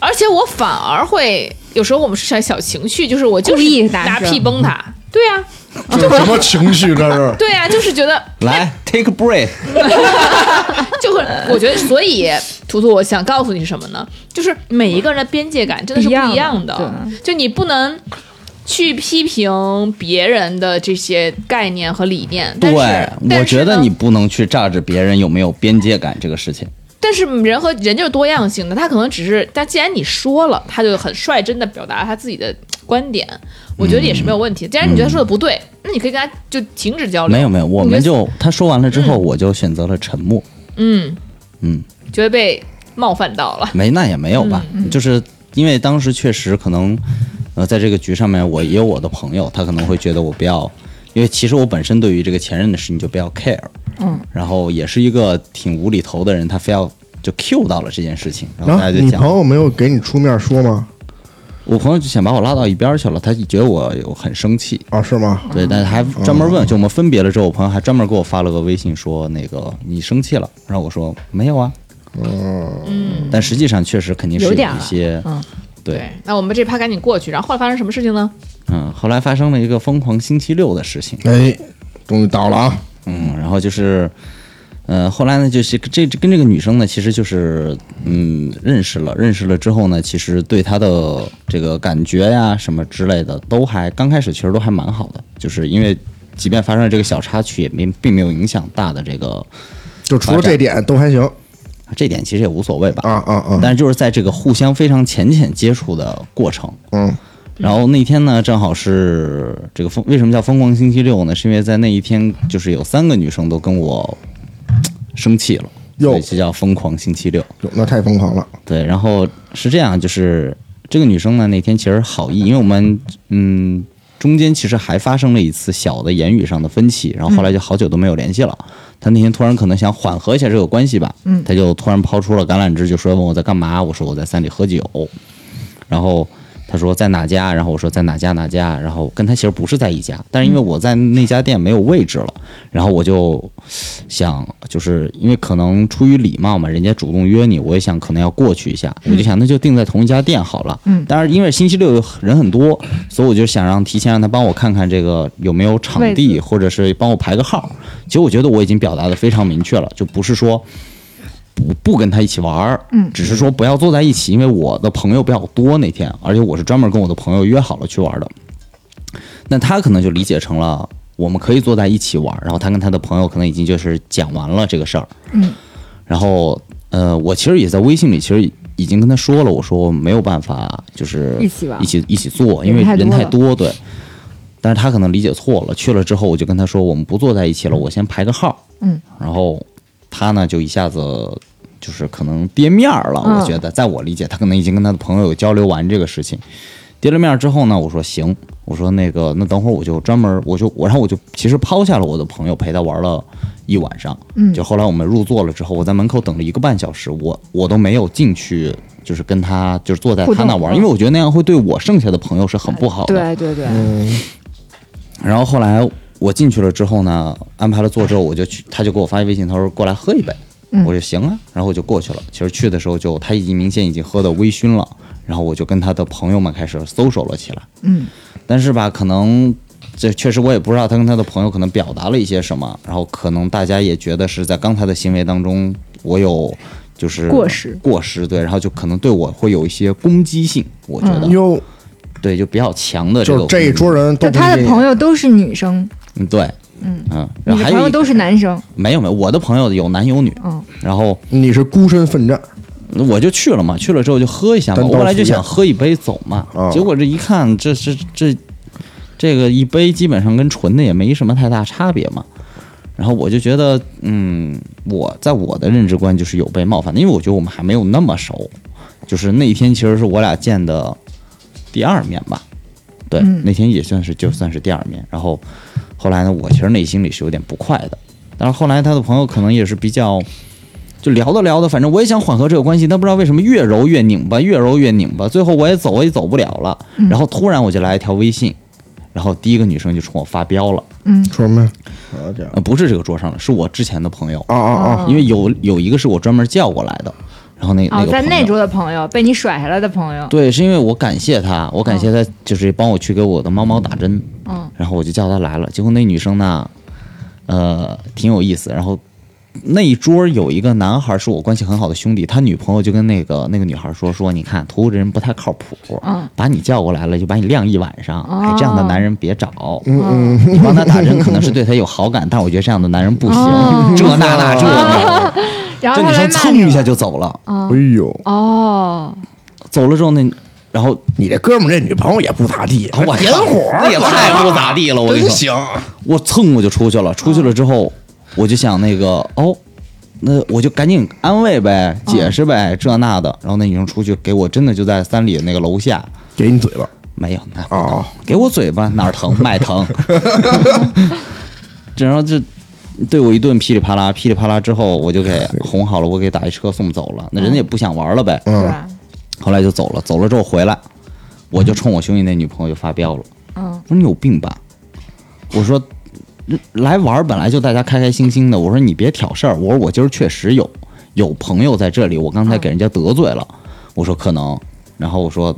A: 而且我反而会有时候我们是小小情绪，就是我就
C: 故意
A: 是
C: 打
A: 拿
C: 嗝
A: 屁崩他。对呀、
D: 这什么情绪这是？
A: 对呀、就是觉得
F: 来 take a break，
A: 就会，我觉得，所以图图，我想告诉你什么呢？就是每一个人的边界感真的是不一样
C: 一样
A: 的，
C: 的
A: 就你不能去批评别人的这些概念和理念。但
F: 对
A: 是，
F: 我
A: 但是
F: 觉得
A: 呢
F: 你不能去榨着别人有没有边界感这个事情。
A: 但是人和人就是多样性的，他可能只是，但既然你说了，他就很率真的表达他自己的观点，我觉得也是没有问题。既然你觉得他说的不对，那你可以跟他就停止交流。
F: 没有没有，我
A: 你
F: 们就他说完了之后，我就选择了沉默。
A: 嗯
F: 嗯，
A: 觉得被冒犯到了，
F: 没那也没有吧，
C: 嗯
F: 就是因为当时确实可能，呃，在这个局上面，我也有我的朋友，他可能会觉得我不要，因为其实我本身对于这个前任的事情就不要 care，
C: 嗯，
F: 然后也是一个挺无厘头的人，他非要就 cue 到了这件事情，然后
D: 然
F: 大
D: 后
F: 家就
D: 你
F: 讲，
D: 啊朋友没有给你出面说吗？
F: 我朋友就想把我拉到一边儿去了，他觉得我有很生气，
D: 啊，是吗？
F: 对，但是还
D: 嗯
F: 专门问，就我们分别了之后，我朋友还专门给我发了个微信说那个你生气了，然后我说没有啊，嗯，但实际上确实肯定是
C: 有点儿
F: 一些，
C: 嗯
F: 对。，
A: 那我们这趴赶紧过去。然后后来发生什么事情呢？
F: 嗯，后来发生了一个疯狂星期六的事情，
D: 哎，终于到了啊！
F: 嗯，然后就是，呃，后来呢，就是这这跟这个女生呢，其实就是嗯认识了，认识了之后呢，其实对她的这个感觉呀什么之类的，都还刚开始其实都还蛮好的，就是因为即便发生了这个小插曲，也没并没有影响大的这个
D: 就除了这点都还行
F: 这点，其实也无所谓吧，
D: 啊啊啊！
F: 但是就是在这个互相非常浅浅接触的过程，
D: 嗯，
F: 然后那天呢，正好是这个疯，为什么叫疯狂星期六呢？是因为在那一天，就是有三个女生都跟我嘖生气了，
D: 哟
F: 所以就叫疯狂星期六。
D: 哟那太疯狂了，
F: 对，然后是这样，就是这个女生呢，那天其实好意，因为我们嗯中间其实还发生了一次小的言语上的分歧，然后后来就好久都没有联系了。他那天突然可能想缓和一下这个关系吧，嗯，他就突然抛出了橄榄枝，就说问我在干嘛，我说我在三里喝酒，然后他说在哪家，然后我说在哪家哪家，然后跟他其实不是在一家，但是因为我在那家店没有位置了，然后我就想，就是因为可能出于礼貌嘛，人家主动约你，我也想可能要过去一下，我就想那就定在同一家店好了。嗯，但是因为星期六人很多，所以我就想让提前让他帮我看看这个有没有场
A: 位
F: 地，或者是帮我排个号。其实我觉得我已经表达的非常明确了，就不是说。不不跟他一起玩儿，嗯，只是说不要坐在一起，因为我的朋友比较多那天，而且我是专门跟我的朋友约好了去玩的。那他可能就理解成了我们可以坐在一起玩儿，然后他跟他的朋友可能已经就是讲完了这个事儿，嗯，然后呃，我其实也在微信里其实已经跟他说了，我说没有办法，就是
C: 一起玩
F: 一起一起做，因为
C: 人太多
F: 人太
C: 了
F: 多，对。但是他可能理解错了，去了之后我就跟他说我们不坐在一起了，我先排个号，
C: 嗯，
F: 然后他呢就一下子就是可能跌面儿了，
C: 嗯
F: 我觉得，在我理解，他可能已经跟他的朋友有交流完这个事情，跌了面儿之后呢，我说行，我说那个那等会儿我就专门我就我然后我就其实抛下了我的朋友陪他玩了一晚上，嗯，就后来我们入座了之后，我在门口等了一个半小时，我我都没有进去。就是跟他，就是坐在
C: 互
F: 他
C: 动
F: 那玩儿，
C: 嗯
F: 因为我觉得那样会对我剩下的朋友是很不好的。
C: 对对对，
F: 然后后来我进去了之后呢，安排了座之后，我就去，他就给我发一微信，他说过来喝一杯，我就行啊，然后我就过去了。其实去的时候就他已经明显已经喝得微醺了，然后我就跟他的朋友们开始搜索了起来。
C: 嗯，
F: 但是吧，可能这确实我也不知道他跟他的朋友可能表达了一些什么，然后可能大家也觉得是在刚才的行为当中我有。就是
A: 过失
F: 过失对，然后就可能对我会有一些攻击性，我觉得、
D: 哟，
F: 对，就比较强的这
D: 就
F: 个
D: 是这一桌人都
C: 就他的朋
D: 友
C: 友都是女生，
F: 嗯，对，嗯然
C: 你的
F: 后还
C: 朋
F: 有
C: 友
F: 一
C: 都是男生，
F: 没有没有，我的朋友有男有女，
C: 嗯
F: 然后
D: 你是孤身奋战，
F: 我就去了嘛，去了之后就喝一下嘛，
D: 单刀
F: 我本来就
D: 赴宴
F: 想喝一杯走嘛，
D: 啊
F: 结果这一看，这这这这个一杯基本上跟纯的也没什么太大差别嘛。然后我就觉得，嗯，我在我的认知观就是有被冒犯的，因为我觉得我们还没有那么熟。就是那一天其实是我俩见的第二面吧，对，那天也算是就算是第二面。然后后来呢，我其实内心里是有点不快的，但是后来他的朋友可能也是比较，就聊着聊着，反正我也想缓和这个关系，但不知道为什么越揉越拧巴，越揉越拧巴，最后我也走我也走不了了。然后突然我就来一条微信，然后第一个女生就冲我发飙了，
D: 说什么呀？好家伙！
F: 呃，不是这个桌上的，是我之前的朋友，
D: 啊啊啊！
F: 因为有有一个是我专门叫过来的，然后那那
C: 哦，
F: 个
C: 在
F: 朋
C: 那
F: 友
C: 桌的朋友被你甩下来的朋友，
F: 对，是因为我感谢他，我感谢他就是帮我去给我的猫猫打针，
C: 嗯，
F: 然后我就叫他来了。结果那女生呢，呃，挺有意思。然后那一桌有一个男孩是我关系很好的兄弟，他女朋友就跟那个那个女孩说说，你看图图这人不太靠谱，
C: 嗯
F: 把你叫过来了就把你晾一晚上，哎，这样的
C: 哦
F: 男人别找，你帮他打针可能是对他有好感，但我觉得这样的男人不行，这那那这那，
C: 然后他来
F: 这女生
C: 骂
F: 蹭
C: 你
F: 一
C: 了，
F: 下就走了，
D: 哎呦，
C: 哦，
F: 走了之后那。然后
D: 你这哥们儿这女朋友也不咋地，
F: 哦我
D: 点火
F: 那也太不咋地了，我跟你
D: 真
F: 说，
D: 行，
F: 我蹭我就出去了，出去了之后，我就想那个哦，那我就赶紧安慰呗，解释呗，这那的。然后那女生出去给我真的就在三里那个楼下，
D: 给你嘴巴
F: 没有那
C: 哦
D: 啊！
F: 给我嘴巴哪儿疼脉疼， 然后就对我一顿噼里啪啦噼里啪啦之后，我就给哄好了，我给打一车送走了。那人家也不想玩了呗，
C: 对吧？
F: 后来就走了，走了之后回来，我就冲我兄弟那女朋友就发飙了，
C: 嗯，
F: 说你有病吧？我说来玩儿本来就大家开开心心的，我说你别挑事儿，我说我今儿确实有有朋友在这里，我刚才给人家得罪了，我说可能，然后我说，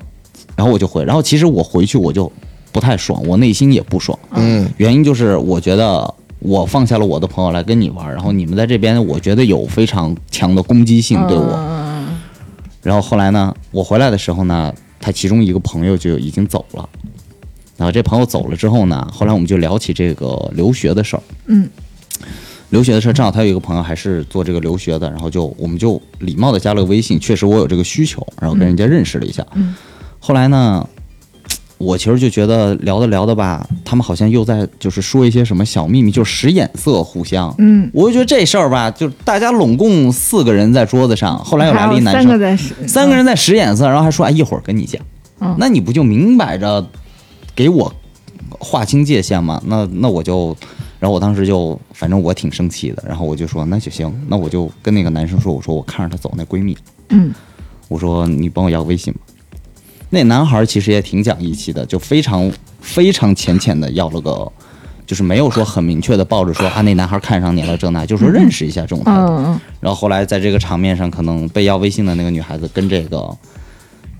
F: 然后我就回，然后其实我回去我就不太爽，我内心也不爽，
D: 嗯，
F: 原因就是我觉得。我放下了我的朋友来跟你玩儿，然后你们在这边，我觉得有非常强的攻击性对我，
C: 嗯
F: 然后后来呢，我回来的时候呢，他其中一个朋友就已经走了。然后这朋友走了之后呢，后来我们就聊起这个留学的事儿。
C: 嗯，
F: 留学的事儿，正好他有一个朋友还是做这个留学的，然后就我们就礼貌的加了个微信，确实我有这个需求，然后跟人家认识了一下。
C: 嗯
F: 后来呢，我其实就觉得聊着聊着吧，他们好像又在就是说一些什么小秘密，就是使眼色互相。
C: 嗯，
F: 我就觉得这事儿吧，就是大家拢共四个人在桌子上，后来又来了一男
C: 还有三
F: 生，
C: 个在使
F: 三个人在使眼色，然后还说哎一会儿跟你讲，
C: 嗯
F: 那你不就明摆着给我划清界限嘛，那那我就，然后我当时就，反正我挺生气的，然后我就说那就行，那我就跟那个男生说，我说我看着她走那闺蜜，
C: 嗯，
F: 我说你帮我要个微信吧。那男孩其实也挺讲义气的，就非常非常浅浅的要了个，就是没有说很明确的抱着说啊那男孩看上你了这那，就说认识一下这种态度。
C: 嗯
F: 然后后来在这个场面上，可能被要微信的那个女孩子跟这个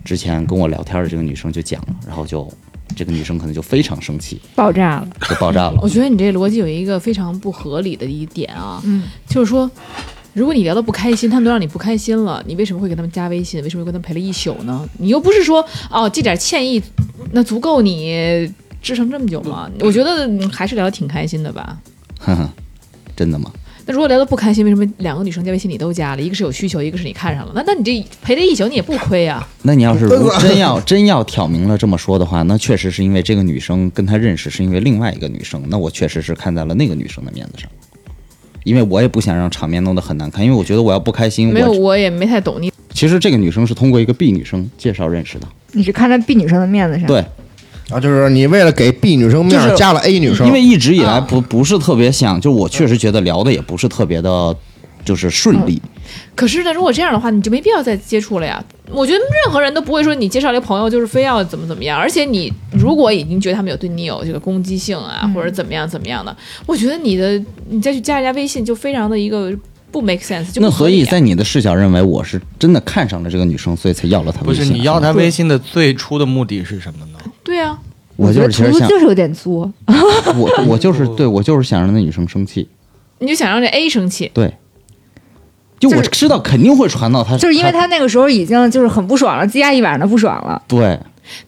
F: 之前跟我聊天的这个女生就讲了，然后就这个女生可能就非常生气，
C: 爆炸了，
F: 就爆炸了
A: 我。觉得你这逻辑有一个非常不合理的一点啊，嗯，就是说，如果你聊得不开心，他们都让你不开心了，你为什么会给他们加微信？为什么会跟他陪了一宿呢？你又不是说哦，这点歉意，那足够你支撑这么久吗？我觉得嗯还是聊得挺开心的吧。
F: 哼哼，真的吗？
A: 那如果聊得不开心，为什么两个女生加微信你都加了？一个是有需求，一个是你看上了，那那你这陪了一宿你也不亏啊。
F: 那你要是如真要真要挑明了这么说的话，那确实是因为这个女生跟他认识是因为另外一个女生，那我确实是看在了那个女生的面子上，因为我也不想让场面弄得很难看，因为我觉得我要不开心，
A: 没有，
F: 我
A: 我也没太懂你。
F: 其实这个女生是通过一个 B 女生介绍认识的，
C: 你是看在 B 女生的面子上，
F: 对，
D: 啊，就是你为了给 B 女生面儿
F: 就是
D: 加了 A 女
A: 嗯
D: 生，
F: 因为一直以来不不是特别想，就我确实觉得聊的也不是特别的，就是顺利。
A: 嗯可是呢，如果这样的话，你就没必要再接触了呀。我觉得任何人都不会说你介绍一个朋友就是非要怎么怎么样，而且你如果已经觉得他们有对你有这个攻击性啊，或者怎么样怎么样的，我觉得你的你再去加人家微信就非常的一个不 make sense 就不合理啊。
F: 那所以在你的视角认为我是真的看上了这个女生，所以才要了她
B: 不
F: 微
B: 是
F: 信。
B: 你要他微信的最初的目的是什么呢？
A: 对啊，
F: 我
C: 觉
F: 就
C: 得
F: 是其实
C: 图
F: 想，嗯
C: 就是有点作，
F: 我我就是对我就是想让那女生生气，
A: 你就想让这 A 生气，
F: 对。就
C: 就
F: 我
C: 是
F: 知道肯定会传到她，
C: 就是因为他那个时候已经就是很不爽了，积压一晚上的不爽了。
F: 对，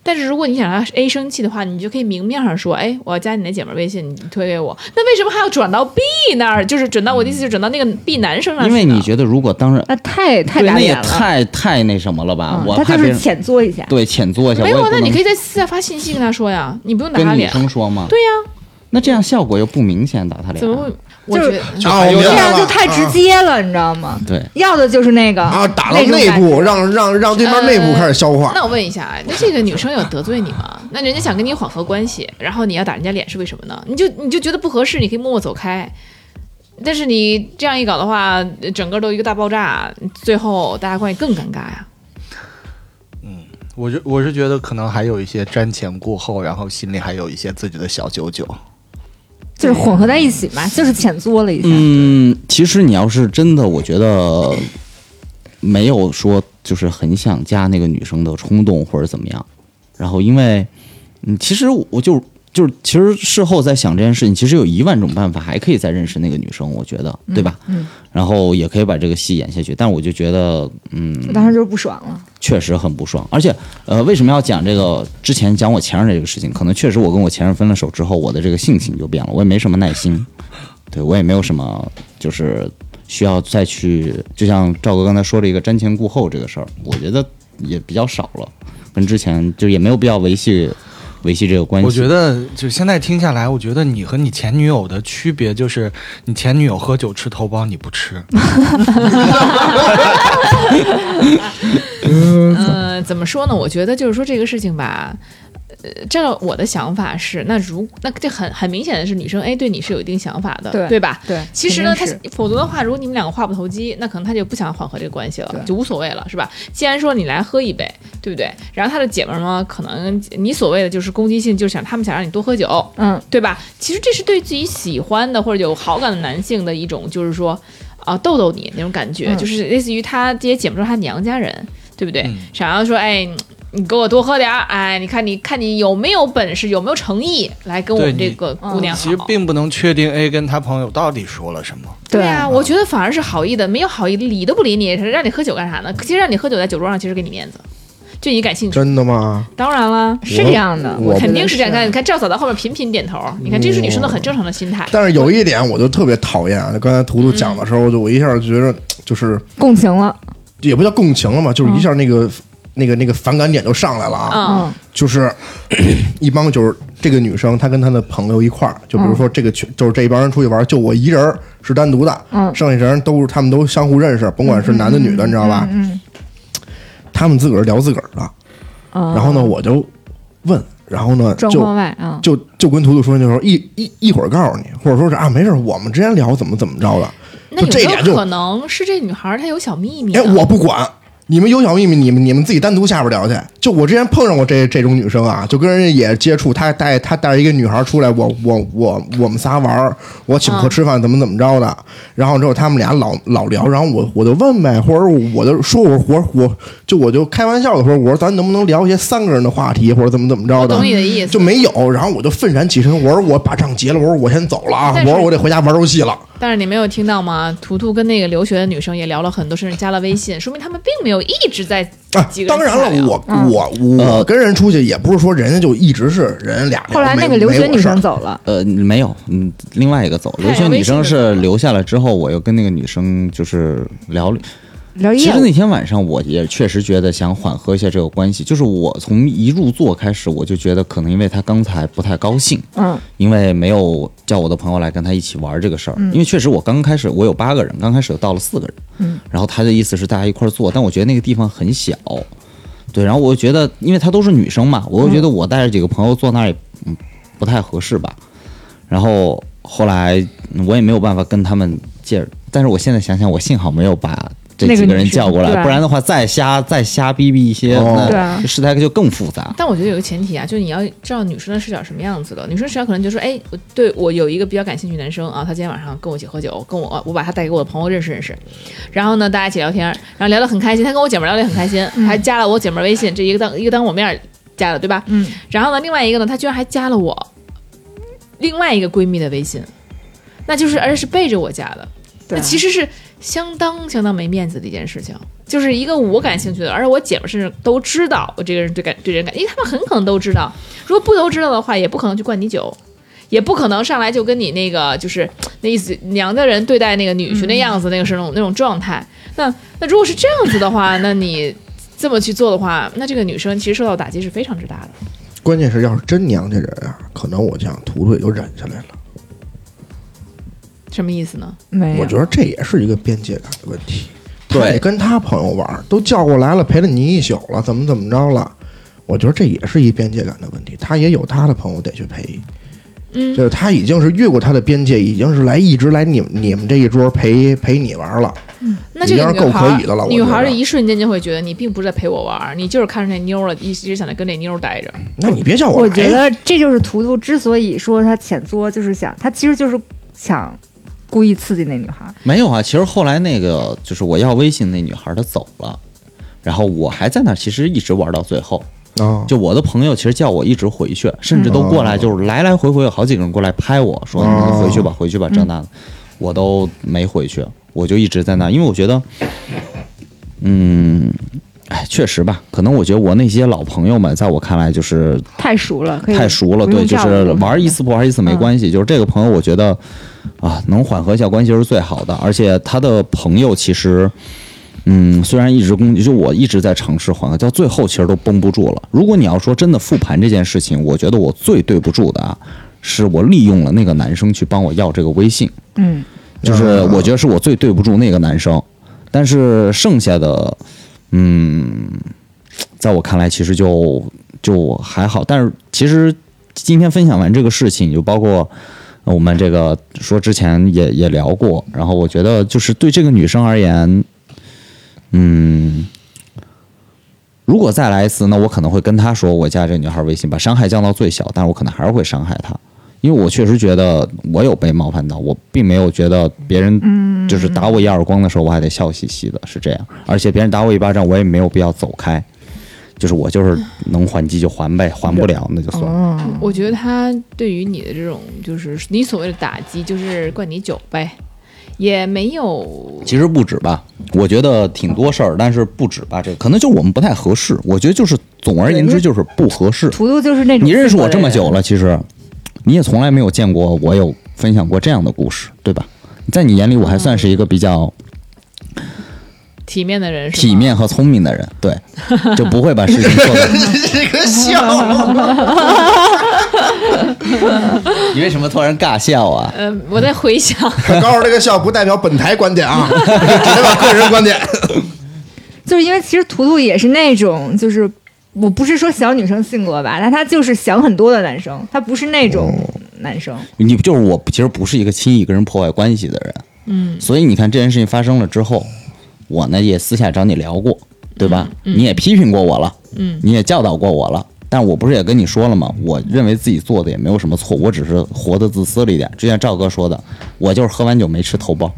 A: 但是如果你想让 A 生气的话，你就可以明面上说，哎，我要加你那姐们儿微信，你推给我。那为什么还要转到 B 那儿？就是转到我的意思，就是转到那个 B 男生那儿去
F: 因
A: 呢？
F: 为你觉得如果当然，
C: 那太太
F: 对，
C: 打
F: 那也
C: 脸了，
F: 太太那什么了吧？
C: 嗯
F: 我
C: 他
F: 怕
C: 就
F: 别
C: 是
F: 人
C: 浅作一下，
F: 对浅做一下，
A: 没
F: 我
A: 有
F: 也
A: 啊，
F: 不
A: 那你
F: 能
A: 可以在私下发信息跟他说呀，你不用打他
F: 跟女
A: 脸。
F: 生说嘛。
A: 对呀、
F: 那这样效果又不明显，打她脸
A: 怎么会？我
C: 就
A: 觉
C: 是
A: 得
D: 啊，我明
C: 这
D: 白
C: 样
D: 了，
C: 就太直接了，你知道吗？
F: 对，
C: 要的就是那个
D: 啊，打到
C: 那种
D: 内
C: 感
D: 部，
C: 觉嗯
D: 让让让对方内部开始消化。
A: 那我问一下啊，那这个女生有得罪你吗？那人家想跟你缓和关系，然后你要打人家脸是为什么呢？你就你就觉得不合适，你可以默默走开。但是你这样一搞的话，整个都一个大爆炸，最后大家关系更尴尬呀。
B: 我是我是觉得可能还有一些瞻前顾后，然后心里还有一些自己的小九九。
C: 就是混合在一起嘛，就是浅作了一下。
F: 嗯，其实你要是真的，我觉得没有说就是很想加那个女生的冲动或者怎么样。然后因为，嗯，其实我就就是其实事后在想这件事情，其实有一万种办法还可以再认识那个女生，我觉得对吧？
C: 嗯
F: 然后也可以把这个戏演下去，但我就觉得，嗯
C: 我，当时就是不爽了，
F: 确实很不爽。而且，呃，为什么要讲这个？之前讲我前任这个事情，可能确实我跟我前任分了手之后，我的这个性情就变了，我也没什么耐心，对我也没有什么就是需要再去，就像赵哥刚才说了一个瞻前顾后这个事儿，我觉得也比较少了，跟之前就也没有必要维系维系这个关系。
B: 我觉得就现在听下来，我觉得你和你前女友的区别就是，你前女友喝酒吃头孢，你不吃。
A: 嗯、怎么说呢？我觉得就是说这个事情吧，呃，照我的想法是，那如那这很很明显的是女生 A 对你是有一定想法的，
C: 对
A: 对吧？
C: 对，
A: 其实呢，
C: 肯
A: 他
C: 定是
A: 否则的话，如果你们两个话不投机，那可能他就不想缓和这个关系了
C: 对，
A: 就无所谓了，是吧？既然说你来喝一杯，对不对？然后他的姐们儿嘛，可能嗯你所谓的就是攻击性，就是想他们想让你多喝酒，
C: 嗯，
A: 对吧？其实这是对自己喜欢的或者有好感的男性的一种，就是说啊逗逗你那种感觉，
C: 嗯
A: 就是类似于他这些姐们儿都是他娘家人，对不对？
B: 嗯
A: 想要说，哎，你你给我多喝点儿，哎，你看你看你有没有本事，有没有诚意来跟我们
B: 对
A: 这
B: 你嗯
A: 个姑娘好。
B: 其实并不能确定 A 跟他朋友到底说了什么。
A: 对啊，我觉得反而是好意的，没有好意理都不理你，让你喝酒干啥呢？其实让你喝酒在酒桌上，其实给你面子，就你感兴趣。
D: 真的吗？
A: 当然啦，
C: 是这样的，
D: 我
A: 肯定是
C: 是
A: 这样。看，你看赵嫂在后面频频点头，
D: 嗯
A: 你看这是女生的很正常的心态。
D: 但是有一点我就特别讨厌啊，就刚才图图讲的时候，就我一下觉得就是
C: 共情了，
D: 也不叫共情了嘛，就是一下那个、那个那个反感点就上来了啊，
A: 嗯，
C: 嗯，
D: 就是 一帮就是这个女生她跟她的朋友一块儿，就比
C: 嗯
D: 如说这个群、就是这一帮人出去玩，就我一人儿是单独的，
C: 嗯
D: 剩下人都是他们都相互认识，甭管是男的女的，你知道吧？
C: 嗯，
D: 他们自个儿聊自个儿的，
C: 然
D: 然后呢，我就问然后呢
C: 哦状
D: 就
C: 况外啊，
D: 就就跟图图说那时候一一一会儿告诉你，或者说是啊没事儿，我们之前聊怎么怎么着的，
A: 那
D: 就这
A: 有没
D: 点就
A: 有可能是这女孩儿她有小秘密呢？
D: 哎我不管。你们有小秘密，你们你们自己单独下边聊去。就我之前碰上过这这种女生啊，就跟人家也接触，她带她带着一个女孩出来，我我我我们仨玩儿，我请客
A: 啊
D: 吃饭，怎么怎么着的。然后之后他们俩老老聊，然后我我就问呗，或者我就说我我我就我就开玩笑的说，我说咱能不能聊一些三个人的话题，或者怎么怎么着
A: 我
D: 的
A: 懂。你的意思，
D: 就没有，然后我就愤然起身，我说我把账结了，我说我先走了啊，
A: 但
D: 我
A: 是
D: 说我得回家玩游戏了。
A: 但是你没有听到吗？图图跟那个留学的女生也聊了很多，甚至加了微信，说明他们并没有一直在
D: 啊
A: 几，个
D: 当
A: 人
D: 然
A: 在聊
D: 了，我
C: 嗯
D: 我我跟人出去也不是说人家就一直是人俩聊。
C: 后来那个
D: 没
C: 留学女生
D: 没我事儿
C: 走了，
F: 呃，没有，嗯，另外一个走，
A: 太
F: 留学女生
A: 危险了
F: 是留下来之后，我又跟那个女生就是聊了。
C: 聊
F: 其
C: 业
F: 实
C: 务
F: 那天晚上我也确实觉得想缓和一下这个关系，就是我从一入座开始，我就觉得可能因为她刚才不太高兴，
C: 嗯，
F: 因为没有叫我的朋友来跟她一起玩这个事儿，因为确实我刚开始我有八个人，刚开始到了四个人，嗯，然后她的意思是大家一块儿坐，但我觉得那个地方很小，对，然后我又觉得因为她都是女生嘛，我又觉得
C: 嗯
F: 我带着几个朋友坐那儿也嗯不太合适吧，然后后来我也没有办法跟他们借着，但是我现在想想，我幸好没有把这
C: 那个
F: 几个
C: 女
F: 人
C: 生
F: 叫过
C: 对
F: 来，
C: 啊
F: 不然的话再瞎再瞎逼逼一些，
D: 哦
C: 对啊
F: 那这事态就更复杂。
A: 但我觉得有个前提啊，就是你要知道女生的视角什么样子的。女生视角可能就说，哎，我对我有一个比较感兴趣的男生啊，他今天晚上跟我一起喝酒，跟我我把他带给我的朋友认识认识，然后呢大家一起聊天，然后聊得很开心，他跟我姐们儿聊得也很开心，还加了我姐们儿微信，这一个当一个当我面儿加的，对吧？
C: 嗯。
A: 然后呢，另外一个呢，他居然还加了我另外一个闺蜜的微信，那就是而且是背着我加的，
C: 对
A: 那其实是相当相当没面子的一件事情，就是一个我感兴趣的，而且我姐们甚至都知道我这个人对感对人感，因为他们很可能都知道，如果不都知道的话，也不可能去灌你酒。也不可能上来就跟你那个就是那意思，娘家人对待那个女婿那样子，那个是那种那种状态。那那如果是这样子的话，那你这么去做的话，那这个女生其实受到打击是非常之大的。
D: 关键是要是真娘家人啊，可能我想图图也就忍下来了。
A: 什么意思呢？
C: 没
D: 我
C: 有
D: 觉得这也是一个边界感的问题。他
F: 对
D: 得跟他朋友玩儿，都叫过来了，陪了你一宿了，怎么怎么着了？我觉得这也是一边界感的问题。他也有他的朋友得去陪，
A: 嗯
D: 就是他已经是越过他的边界，已经是来一直来你们你们这一桌陪陪你玩儿了。
A: 那这个女
D: 已经是够
A: 孩儿
D: 可以的了我觉
A: 女
D: 得
A: 孩儿一瞬间就会觉得你并不是在陪我玩儿，你就是看上那妞儿了，一一直想着跟这妞儿待着。
D: 那你别叫我
C: 我
D: 来
C: 觉
F: 哎
C: 得这就是图图之所以说他浅作，就是想他其实就是想故意刺激那女孩儿。
F: 没有啊，其实后来那个就是我要微信那女孩她走了，然后我还在那儿，其实一直玩到最后。
D: 啊，
F: 就我的朋友其实叫我一直回去，甚至都过来，
D: 哦
F: 就是来来回回有好几个人过来拍我说
D: 哦
F: 你回去吧，回去吧，这那的，我都没回去，我就一直在那，因为我觉得，嗯，哎，确实吧，可能我觉得我那些老朋友们，在我看来就是
C: 太熟了，可以
F: 太熟了，
C: 不用
F: 对，就
C: 照
F: 是
C: 顾
F: 玩一次不玩一次
C: 嗯
F: 没关系，就是这个朋友，我觉得啊，能缓和一下关系是最好的。而且他的朋友其实，嗯，虽然一直攻击，就我一直在尝试缓和，到最后其实都绷不住了。如果你要说真的复盘这件事情，我觉得我最对不住的啊，是我利用了那个男生去帮我要这个微信，
C: 嗯，
F: 就是我觉得是我最对不住那个男生，但是剩下的，嗯，在我看来其实就就还好，但是其实今天分享完这个事情，就包括呃我们这个说之前也也聊过，然后我觉得就是对这个女生而言，嗯。如果再来一次，那我可能会跟她说，我加这女孩微信，把伤害降到最小，但是我可能还是会伤害她。因为我确实觉得我有被冒犯到，我并没有觉得别人就是打我一耳光的时候，我还得笑嘻嘻的，是这样。而且别人打我一巴掌，我也没有必要走开，就是我就是能还击就还呗，还不了那就算了。
D: 嗯
C: 哦，
A: 我觉得他对于你的这种，就是你所谓的打击，就是灌你酒呗，也没有
F: 其实不止吧，我觉得挺多事儿，但是不止吧，这个可能就我们不太合适。我觉得就是总而言之就是不合适。
C: 图图就是那种
F: 你认识我这么
C: 性格
F: 久了，其实你也从来没有见过我有分享过这样的故事，对吧？在你眼里，我还算是一个比较
A: 体面的人，是吧
F: 体。面和聪明的人， 对，就不会把事情做的。
D: 这个笑，
F: 你为什么突然尬笑啊？
A: 呃，我在回想，
D: 他告诉这个笑不代表本台观点啊，只代表个人观点。
C: 的人，就是因为其实图图也是那种就是我不是说小女生性格吧，但他就是想很多的男生，他不是那种
F: 哦
C: 男生。
F: 你就是我，其实不是一个轻易跟人破坏关系的人。嗯，所以你看这件事情发生了之后，我呢也私下找你聊过，对吧？
A: 嗯
F: 你也批评过我了，嗯，你也教导过我了。但我不是也跟你说了吗？我认为自己做的也没有什么错，我只是活得自私了一点。就像赵哥说的，我就是喝完酒没吃头孢。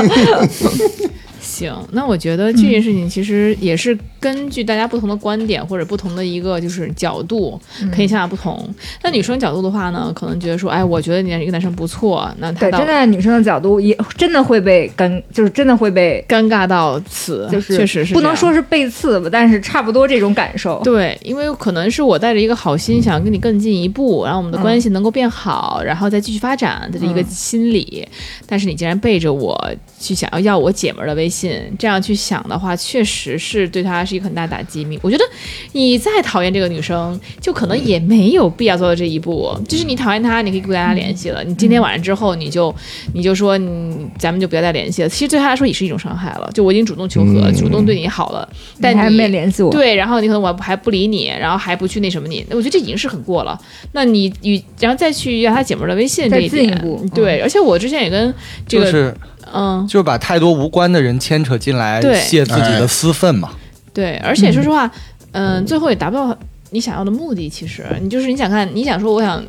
A: 行，那我觉得这件事情其实也是根据大家不同的观点或者不同的一个就是角度，
D: 嗯
A: 可以想法不同。那女生角度的话呢，可能觉得说，哎，我觉得你一个男生不错，那他
C: 对，
A: 到
C: 站在女生的角度，也真的会被尴，就是真的会被，
A: 尴尬到此，
C: 就是
A: 嗯确实是
C: 不
A: 这
C: 能
A: 样
C: 说是背刺吧，但是差不多这种感受。
A: 对，因为可能是我带着一个好
C: 嗯
A: 心，想跟你更进一步，然后我们的关系能够变好，然后再继续发展的一个心理。
C: 嗯
A: 但是你竟然背着我去想要要我姐们儿的微信，这样去想的话，确实是对她是一个很大打击。我觉得你再讨厌这个女生，就可能也没有必要做到这一步。就是你讨厌她，你可以不跟她联系了。你今天晚上之后，你就
C: 嗯
A: 你就说你咱们就不要再联系了。其实对她来说也是一种伤害了。就我已经主动求和，主动对你好了，但
C: 嗯你还没联系我，
A: 对，然后你可能我还不理你，然后还不去那什么你，我觉得这已经是很过了。那你与然后再去要他姐妹儿的微信这
C: 再
A: 一
C: 进一
A: 点，
C: 步嗯
A: 对，而且我之前也跟这
B: 就
A: 个、
B: 是
A: 嗯。
B: 就是把太多无关的人牵扯进来，
A: 对
B: 泄自己的私愤嘛。
A: 对，而且说实话，嗯、最后也达不到你想要的目的。其实你就是你想看，你想说我想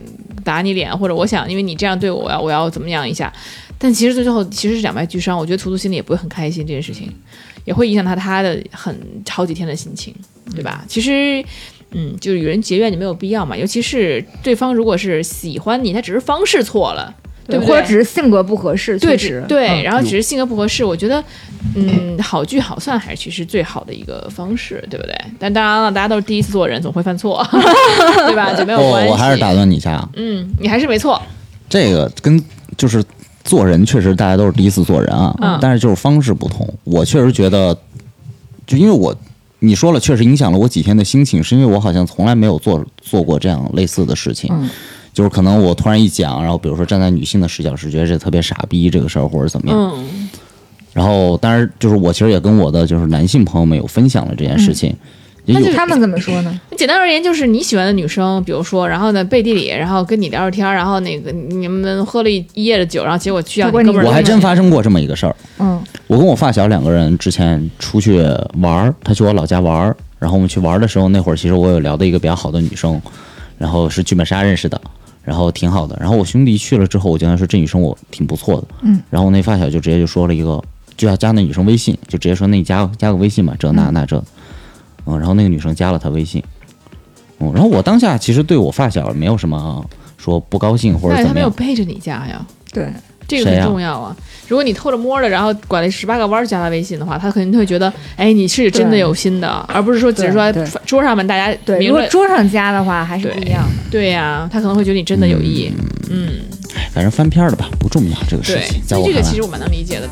A: 打你脸，或者我想因为你这样对我，我要我要怎么样一下。但其实最后其实是两败俱伤。我觉得图图心里也不会很开心，这件事情也会影响到他的很好几天的心情，对吧？其实。嗯，就是与人结怨就没有必要嘛，尤其是对方如果是喜欢你，他只是方式错了，对不对？
C: 或者只是性格不合适，
A: 对
C: 确
A: 只
C: 实，
A: 对，
C: 嗯
A: 然后只是性格不合适，我觉得，嗯，好聚好散还是其实最好的一个方式，对不对？但当然了，大家都是第一次做人，总会犯错， 对吧？就没有
F: 我
A: 关系。
F: 哦我还是打，断你一下啊，
A: 嗯，你还是没错，
F: 这个跟就是做人确实大家都是第一次做人啊，
A: 嗯
F: 但是就是方式不同。我确实觉得，就因为我你说了，确实影响了我几天的心情，是因为我好像从来没有做做过这样类似的事情。
C: 嗯
F: 就是可能我突然一讲，然后比如说站在女性的视角是觉得这特别傻逼这个事儿或者怎么样，
A: 嗯
F: 然后当然就是我其实也跟我的就是男性朋友们有分享了这件事情，
A: 嗯
F: 也有
C: 他们怎么说呢？
A: 简单而言就是你喜欢的女生，比如说，然后呢背地里，然后跟你聊着天儿，然后那个你们喝了一一夜的酒，然后结果去要
C: 结
A: 你
C: 果
A: 哥
C: 你
A: 们儿的
F: 我还
A: 微信
F: 真发生过这么一个事儿。
C: 嗯
F: 我跟我发小两个人之前出去玩儿，他去我老家玩儿，然后我们去玩儿的时候，那会儿其实我有聊的一个比较好的女生，然后是剧本杀认识的，然后挺好的。然后我兄弟去了之后，我就跟他说这女生我挺不错的，
C: 嗯，
F: 然后我那发小就直接就说了一个，就要加那女生微信，就直接说那你加加个微信吧，这那那这，嗯，然后那个女生加了他微信，嗯，然后我当下其实对我发小没有什么说不高兴或者
A: 对
F: 怎
A: 他
F: 么
A: 没有
F: 样，
A: 背着你加呀，
C: 对，
A: 这个
F: 谁
A: 很
F: 呀
A: 重要啊！如果你偷着摸着，然后拐了十八个弯儿加他微信的话，他肯定会觉得，哎，你是真的
C: 对
A: 有心的，而不是说只是说
C: 对对
A: 桌上面大家
C: 对，
A: 明
C: 如果
A: 着
C: 桌上加的话还是
A: 对
C: 不一样的。
A: 对呀、他可能会觉得你真的有意。嗯，
F: 反正翻篇儿了吧，不重要这个事
A: 对
F: 情，，在
A: 所以
F: 我
A: 这个
F: 看来
A: 其实。我蛮能理解的。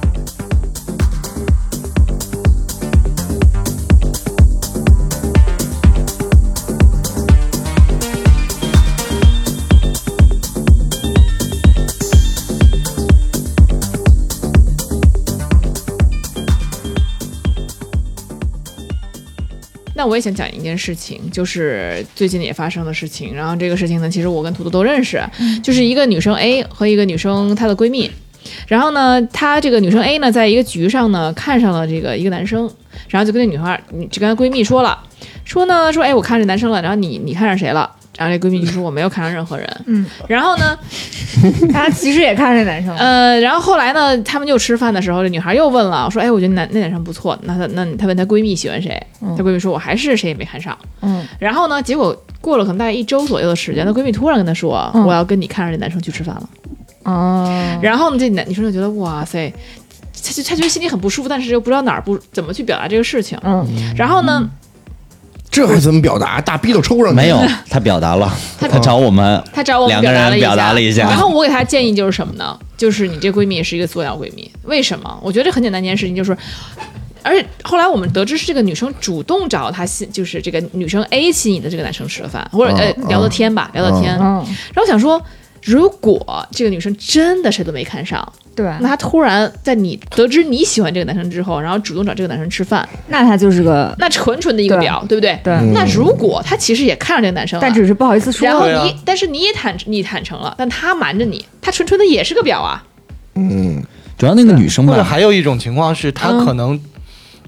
A: 那我也想讲一件事情，就是最近也发生的事情。然后这个事情呢，其实我跟图图都认识，就是一个女生 A 和一个女生她的闺蜜。然后呢，她这个女生 A 呢，在一个局上呢，看上了这个一个男生，然后就跟那女孩儿，你就跟她闺蜜说了，说呢，说哎，我看上这男生了，然后你你看上谁了？然后这闺蜜就说我没有看上任何人。
C: 嗯，
A: 然后呢，
C: 他其实也看这男生，
A: 呃，然后后来呢，他们就吃饭的时候，这女孩又问了，说：“哎，我觉得男那男生不错。”那她那她问她闺蜜喜欢谁，她闺蜜说：“我还是谁也没看上。”
C: 嗯，
A: 然后呢，结果过了可能大概一周左右的时间，她闺蜜突然跟她说：“我要跟你看上这男生去吃饭了。
C: 哦，
A: 然后呢，这男女生就觉得哇塞，她就她觉得心里很不舒服，但是又不知道哪儿不怎么去表达这个事情。
C: 嗯，
A: 然后呢，
D: 这还怎么表达？大逼都抽上去
F: 没有，他表达了，他找我们
A: 她找我们
F: 两个人表达
A: 了
F: 了一下
A: 然后我给她建议就是什么呢？就是你这闺蜜也是一个塑料闺蜜，为什么？我觉得这很简单一件事情就是。而且后来我们得知是这个女生主动找她吸，就是这个女生 A 吸引的这个男生吃了饭，或者呃聊的天吧，聊的天。然
C: 嗯，
A: 后我想说，如果这个女生真的谁都没看上，
C: 对，
A: 那他突然在你得知你喜欢这个男生之后，然后主动找这个男生吃饭，
C: 那他就是个
A: 那纯纯的一个
C: 对
A: 表，对不对？
C: 对
F: 嗯
A: 那如果他其实也看上这个男生了，
C: 但只是不好意思说。
A: 然后
B: 对啊
A: 你，但是你也坦你坦诚了，但他瞒着你，他纯纯的也是个表啊。
D: 嗯
F: 主要那个女生
B: 或者
F: 吧，
B: 还有一种情况是，他
A: 嗯
B: 可能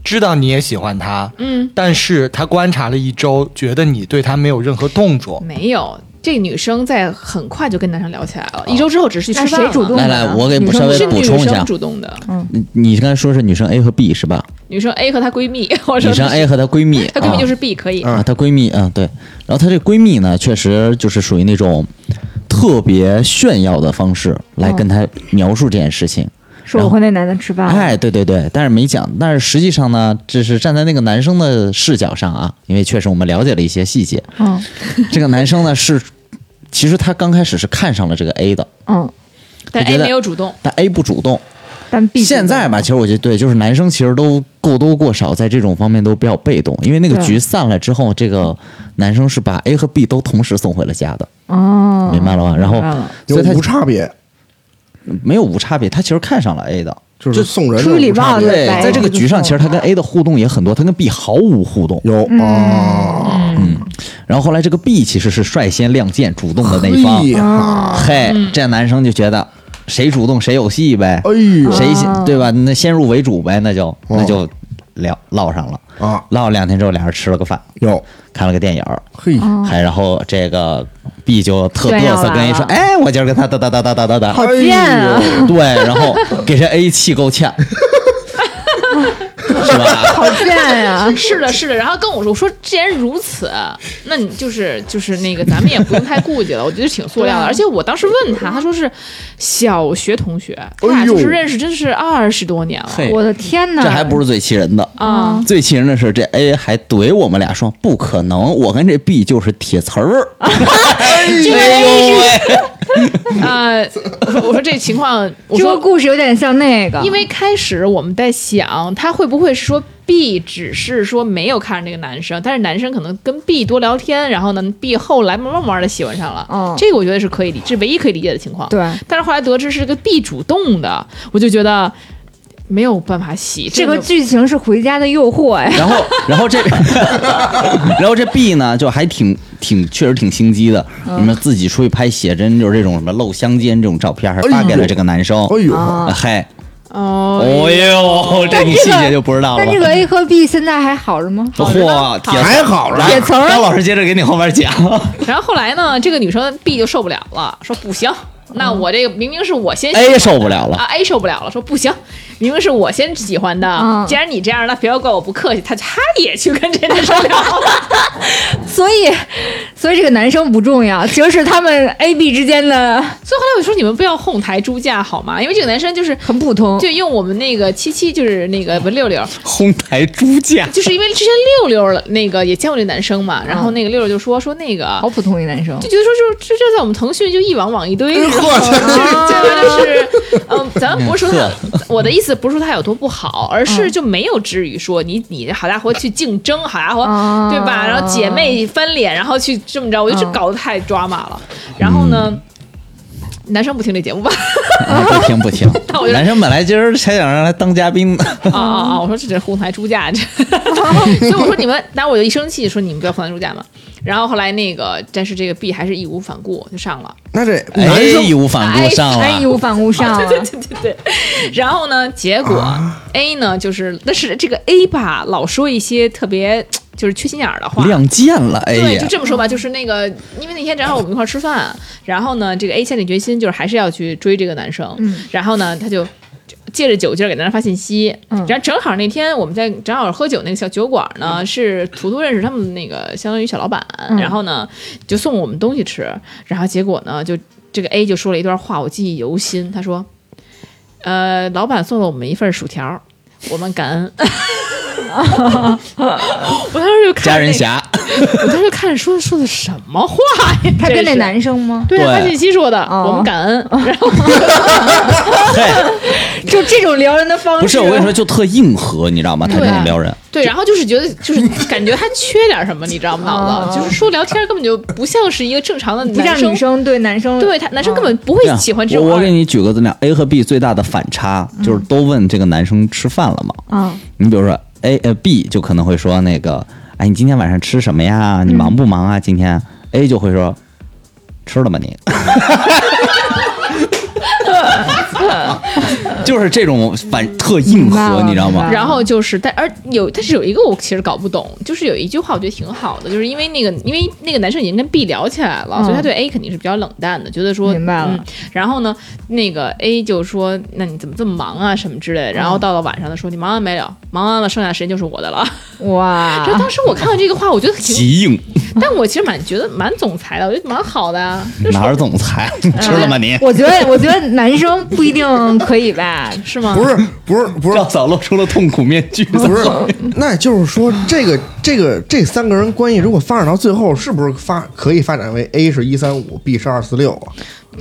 B: 知道你也喜欢他，
A: 嗯，
B: 但是他观察了一周，觉得你对他没有任何动作，
A: 没有，这女生在很快就跟男生聊起来了，一周之后只是去
C: 那
A: 吃饭
C: 谁
A: 了。
C: 主动的
F: 来
C: 呢？
F: 来我给
C: 女生
F: 哦稍微
A: 是
F: 补
A: 女
F: 充一下
A: 生主动的，
F: 你你刚才说是女生 A 和 B 是吧？
A: 女生 A 和她闺蜜，我说
F: 女生 A 和她闺蜜，
A: 她闺蜜就是是 B，可以。
F: 啊，她闺蜜啊，对。然后她这闺蜜呢，确实就是属于那种特别炫耀的方式来
A: 嗯
F: 跟她描述这件事情。
C: 说我和那男的
A: 啊
C: 吃饭，
F: 哎，对对对，但是没讲，但是实际上呢，这是站在那个男生的视角上啊，因为确实我们了解了一些细节。
C: 嗯
F: 这个男生呢是，其实他刚开始是看上了这个 A 的，
C: 嗯，
A: 但
F: 我觉
A: A
F: 得
A: 没有主动，
F: 但 A 不主动。
C: 但 B
F: 现在吧，其实我觉得对，就是男生其实都过多过少在这种方面都比较被动，因为那个
C: 对
F: 局散了之后，这个男生是把 A 和 B 都同时送回了家的，
C: 哦，
F: 明白了吗？然后
C: 明白了
D: 有
F: 所以他
D: 无差别，
F: 没有无差别，他其实看上了 A 的。
D: 就是送人的
C: 出于礼
D: 无差
C: 貌
D: 别
C: 对
F: 对，
C: 白
F: 在这个局上，
C: 就
F: 其
C: 送
F: 实他跟 A 的互动也很多，他跟 B 毫无互动。
D: 有啊，
F: 然后后来这个 B 其实是率先亮剑主动的那一
C: 哎
F: 方，
D: 厉害，
F: 嘿，
C: 嗯
F: 这男生就觉得谁主动谁有戏呗，
D: 哎呦
F: 谁先对吧？那先入为主呗，那就
C: 哦
F: 那就聊唠上了，
D: 啊，
F: 唠了两天之后，俩人吃了个饭，
D: 有
F: 看了个电影儿，
D: 嘿，
F: 还然后这个 B 就特
C: 炫耀
F: 嘚瑟跟 A 说，
C: 完了
F: 哎，我今儿跟他哒哒哒哒哒哒哒，
D: 好
C: 贱啊
F: 对，然后给这 A 气够呛，是吧？
C: 好贱呀！
A: 是的，是的。然后跟我说，我说既然如此，那你就是就是那个，咱们也不用太顾忌 了。我觉得挺塑料
C: 啊
A: 的。而且我当时问他，他说是小学同学，他俩就是认识，真是二十多年了
F: 嘿，
C: 我的天哪，
F: 这还不是最气人的。
A: 啊。
F: 最气人的是，这 A 还怼我们俩说：“不可能，我跟这 B 就是铁词儿。”哎
A: 这个 A 是啊，我说我说这情 况，我
C: 这个
A: 说
C: 故事有点像那个，
A: 因为开始我们在想，他会不会是说 B 只是说没有看上这个男生，但是男生可能跟 B 多聊天，然后呢，B 后来慢慢慢的喜欢上了。
C: 嗯
A: 这个我觉得是可以理，这是唯一可以理解的情况。
C: 对
A: 但是后来得知是个 B 主动的，我就觉得没有办法洗
C: 这个
A: 真的
C: 剧情是《回家的诱惑》 哎，
F: 然后，然后这，然后这 B 呢，就还挺挺，确实挺心机的。你们自己出去拍写真，就是这种什么露香肩这种照片，还发给了这个男生。
D: 哎呦，
C: 啊
F: 嗨，
A: 哦，
F: 哦呦，这你细节就不知道了
C: 但
F: 吧
C: 这？个 A 和 B 现在还好着吗？
F: 嚯，铁
D: 还好了，
F: 来
C: 铁词儿
F: 高老师接着给你后面讲。
A: 然后后来呢，这个女生 B 就受不了了，说不行，那
C: 嗯
A: 我这个明明是我先喜欢
F: A 哎受不了
A: 啊
F: 了，
A: ，A 受不了了，说不行，明明是我先喜欢的，
C: 嗯
A: 既然你这样，那不要怪我不客气。他他也去跟这男生聊了，
C: 所以，所以这个男生不重要，其实是他们 A、B 之间的
A: 所以后来我说你们不要哄抬猪价好吗？因为这个男生就是
C: 很普通。
A: 就用我们那个七七，就是那个不六六，
F: 哄抬猪价。
A: 就是因为之前六六了那个也见过这男生嘛，然后
C: 嗯
A: 那个六六就说说那个
C: 好普通一男生
A: 就，觉得说就这这在我们腾讯就一网网一
C: 哎
A: 堆，然后啊
D: 我
C: 啊
A: 这个就是，嗯，咱们不是说他，我的意思不是说他有多不好，而是
C: 嗯
A: 就没有至于说你你好家伙去竞争，好家伙
C: 啊
A: 对吧？然后姐妹翻脸，然后去这么着，我觉得这
C: 嗯
A: 搞得太抓马了。然后呢，男生不听这 节目吧？
F: 哎不听不 听
A: 我，就
F: 男生本来今儿还想让他当嘉宾呢。
A: 啊啊啊！我说这是哄抬猪 价，这，所以我说你们，当时我就一生气说你们不要哄抬猪价嘛。然后后来那个，但是这个 B 还是义无反顾就上了。
D: 那这男
F: 哎，
D: 生
F: 义无反顾上
C: 哎，义
F: 了，
C: 无反顾上 了，
A: 对对。 然后呢，结果 A 呢，就是但是这个 A 吧，老说一些特别就是缺心眼儿的话。
F: 亮剑了哎
A: 对，就
F: 呀，
A: 这么说吧，就是那个，因为那天正好我们一块儿吃饭，然后呢，这个 A 下定决心就是还是要去追这个男生，然后呢，他就借着酒劲儿给男生发信息，
C: 嗯
A: 然后正好那天我们在正好喝酒那个小酒馆呢，是图图认识他们那个相当于小老板，然后呢就送我们东西吃，然后结果呢就这个 A 就说了一段话，我记忆犹新，他说，呃，老板送了我们一份薯条， 我们感恩。我当时就看
F: 家
A: 那
F: 人
A: 个
F: 侠，
A: 我当时看说说的什么话呀？
C: 他跟
A: 这
C: 那
A: 是
C: 男生吗？
A: 对啊，
G: 对
A: 发信息说的，
C: 哦
A: 我们感恩。然 后
C: 就这种撩人的方式，
F: 不是我跟你说，就特硬核，你知道吗？他这种撩人，
A: 对，然后就是觉得就是感觉他缺点什么，你知道吗？脑子
C: 哦
A: 就是说聊天根本就不像是一个正常的
C: 不
A: 男
C: 像女
A: 生，
C: 生哦对男生，
A: 对他男生根本不会
F: 这样
A: 喜欢这种
F: 我我
A: 二
F: 给你举个例子，A 和 B 最大的反差就是都问这个男生吃饭了吗？
C: 啊，
F: 你比如说 A 呃 B 就可能会说那个，哎，你今天晚上吃什么呀？你忙不忙啊？今天 A 就会说，吃了吗你？就是这种反特硬
C: 明白
F: 核，
C: 了
F: 你知道吗？
A: 然后就是，但而有，但是有一个我其实搞不懂，就是有一句话我觉得挺好的，就是因为那个，因为那个男生已经跟 B 聊起来了，
C: 嗯
A: 所以他对 A 肯定是比较冷淡的，觉得说
C: 明白了
A: 嗯然后呢，那个 A 就说：“那你怎么这么忙啊，什么之类的。”然
C: 嗯
A: 后到了晚上，他说：“你忙完没有？忙完了，剩下的时间就是我的了。”
C: 哇 啊
A: 就，当时我看到这个话，我觉得挺，
F: 极硬，
A: 但我其实蛮觉得蛮总裁的，我觉得蛮好的啊。
F: 哪儿总裁？吃了吗你？
C: 我觉得我觉得男生不一定可以吧，
A: 是吗？
D: 不是不是不是
F: 赵嫂露出了痛苦面具。
D: 不是， 那就是说，这个这个这三个人关系如果发展到最后，是不是发可以发展为 A 是一三五，B 是二四六啊？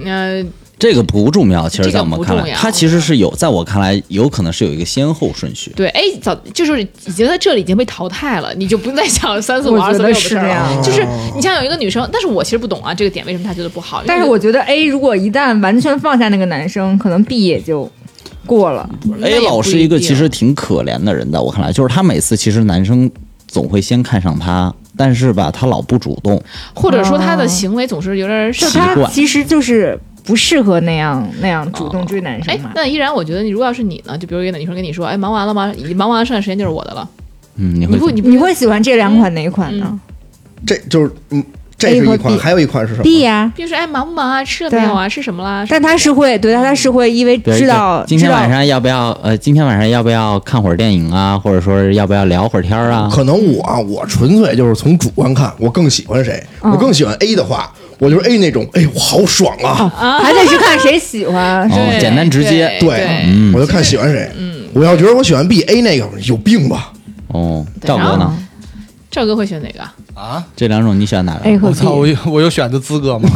A: 呃，
F: 这个不重要，其实
A: 这个
F: 在我们
A: 不
F: 看
A: 重
F: 来，
A: 要
F: 它其实是有，在我看来，有可能是有一个先后顺序。
A: 对，A 早就是已经在这里已经被淘汰了，你就不用再想三四五
C: 我
A: 二四
C: 觉
A: 六
C: 得
A: 的
C: 是
A: 事
C: 这
A: 儿
C: 样哦
A: 了。就是你像有一个女生，但是我其实不懂啊，这个点为什么她觉得不好？因为
C: 但是我觉得 A 如果一旦完全放下那个男生，可能 B 也就过了，
A: 那也
F: A
A: 不
F: 哎老是一个
A: 定
F: 其实挺可怜的人的，我看来就是他每次其实男生总会先看上他，但是吧，他老不主动。
A: 或者说她
C: 哦
A: 的行为总是有点儿
C: 就
A: 奇
C: 他
F: 惯
C: 其实就是不适合那样那样主动追男
A: 哎
C: 生嘛，。
A: 那依然，我觉得你如果要是你呢，就比如一个女生跟你说，哎，忙完了吗？忙完了，剩下时间就是我的了。
F: 嗯，你
A: 你
F: 会
A: 不，你不
C: 你会喜欢这两款哪一款
A: 嗯
C: 呢
D: 这就是嗯，这是
C: A 和
D: 一款，
C: B
D: 还有一款是什么？
C: ？B 呀，
A: 比如说，哎，忙不忙啊？吃了没有啊？吃什么啦？
C: 但他是会对他他是会因为
F: 比如
C: 知道
F: 今
C: 知
F: 天
C: 道
F: 晚上要不要呃，今天晚上要不要看会儿电影啊，或者说是要不要聊会儿天儿啊？
D: 可能我啊我纯粹就是从主观看，我更喜欢谁，我更喜欢 A 的话，我就是 A 那种，哎，我好爽啊！
C: 还得是看谁喜欢。
F: 哦
A: 对
F: 简单直接嗯
A: 对，
D: 对，我就看喜欢谁。
A: 嗯，
D: 我要觉得我喜欢 B A 那个有病吧？
F: 哦，
A: 对
F: 赵哥
A: 然
F: 呢
A: 后？赵哥会选哪个？
B: 啊！
F: 这两种你选哪
A: 哎
F: 个？
C: A 和
B: 我操，我
C: B，
B: 有我有选的资 格吗？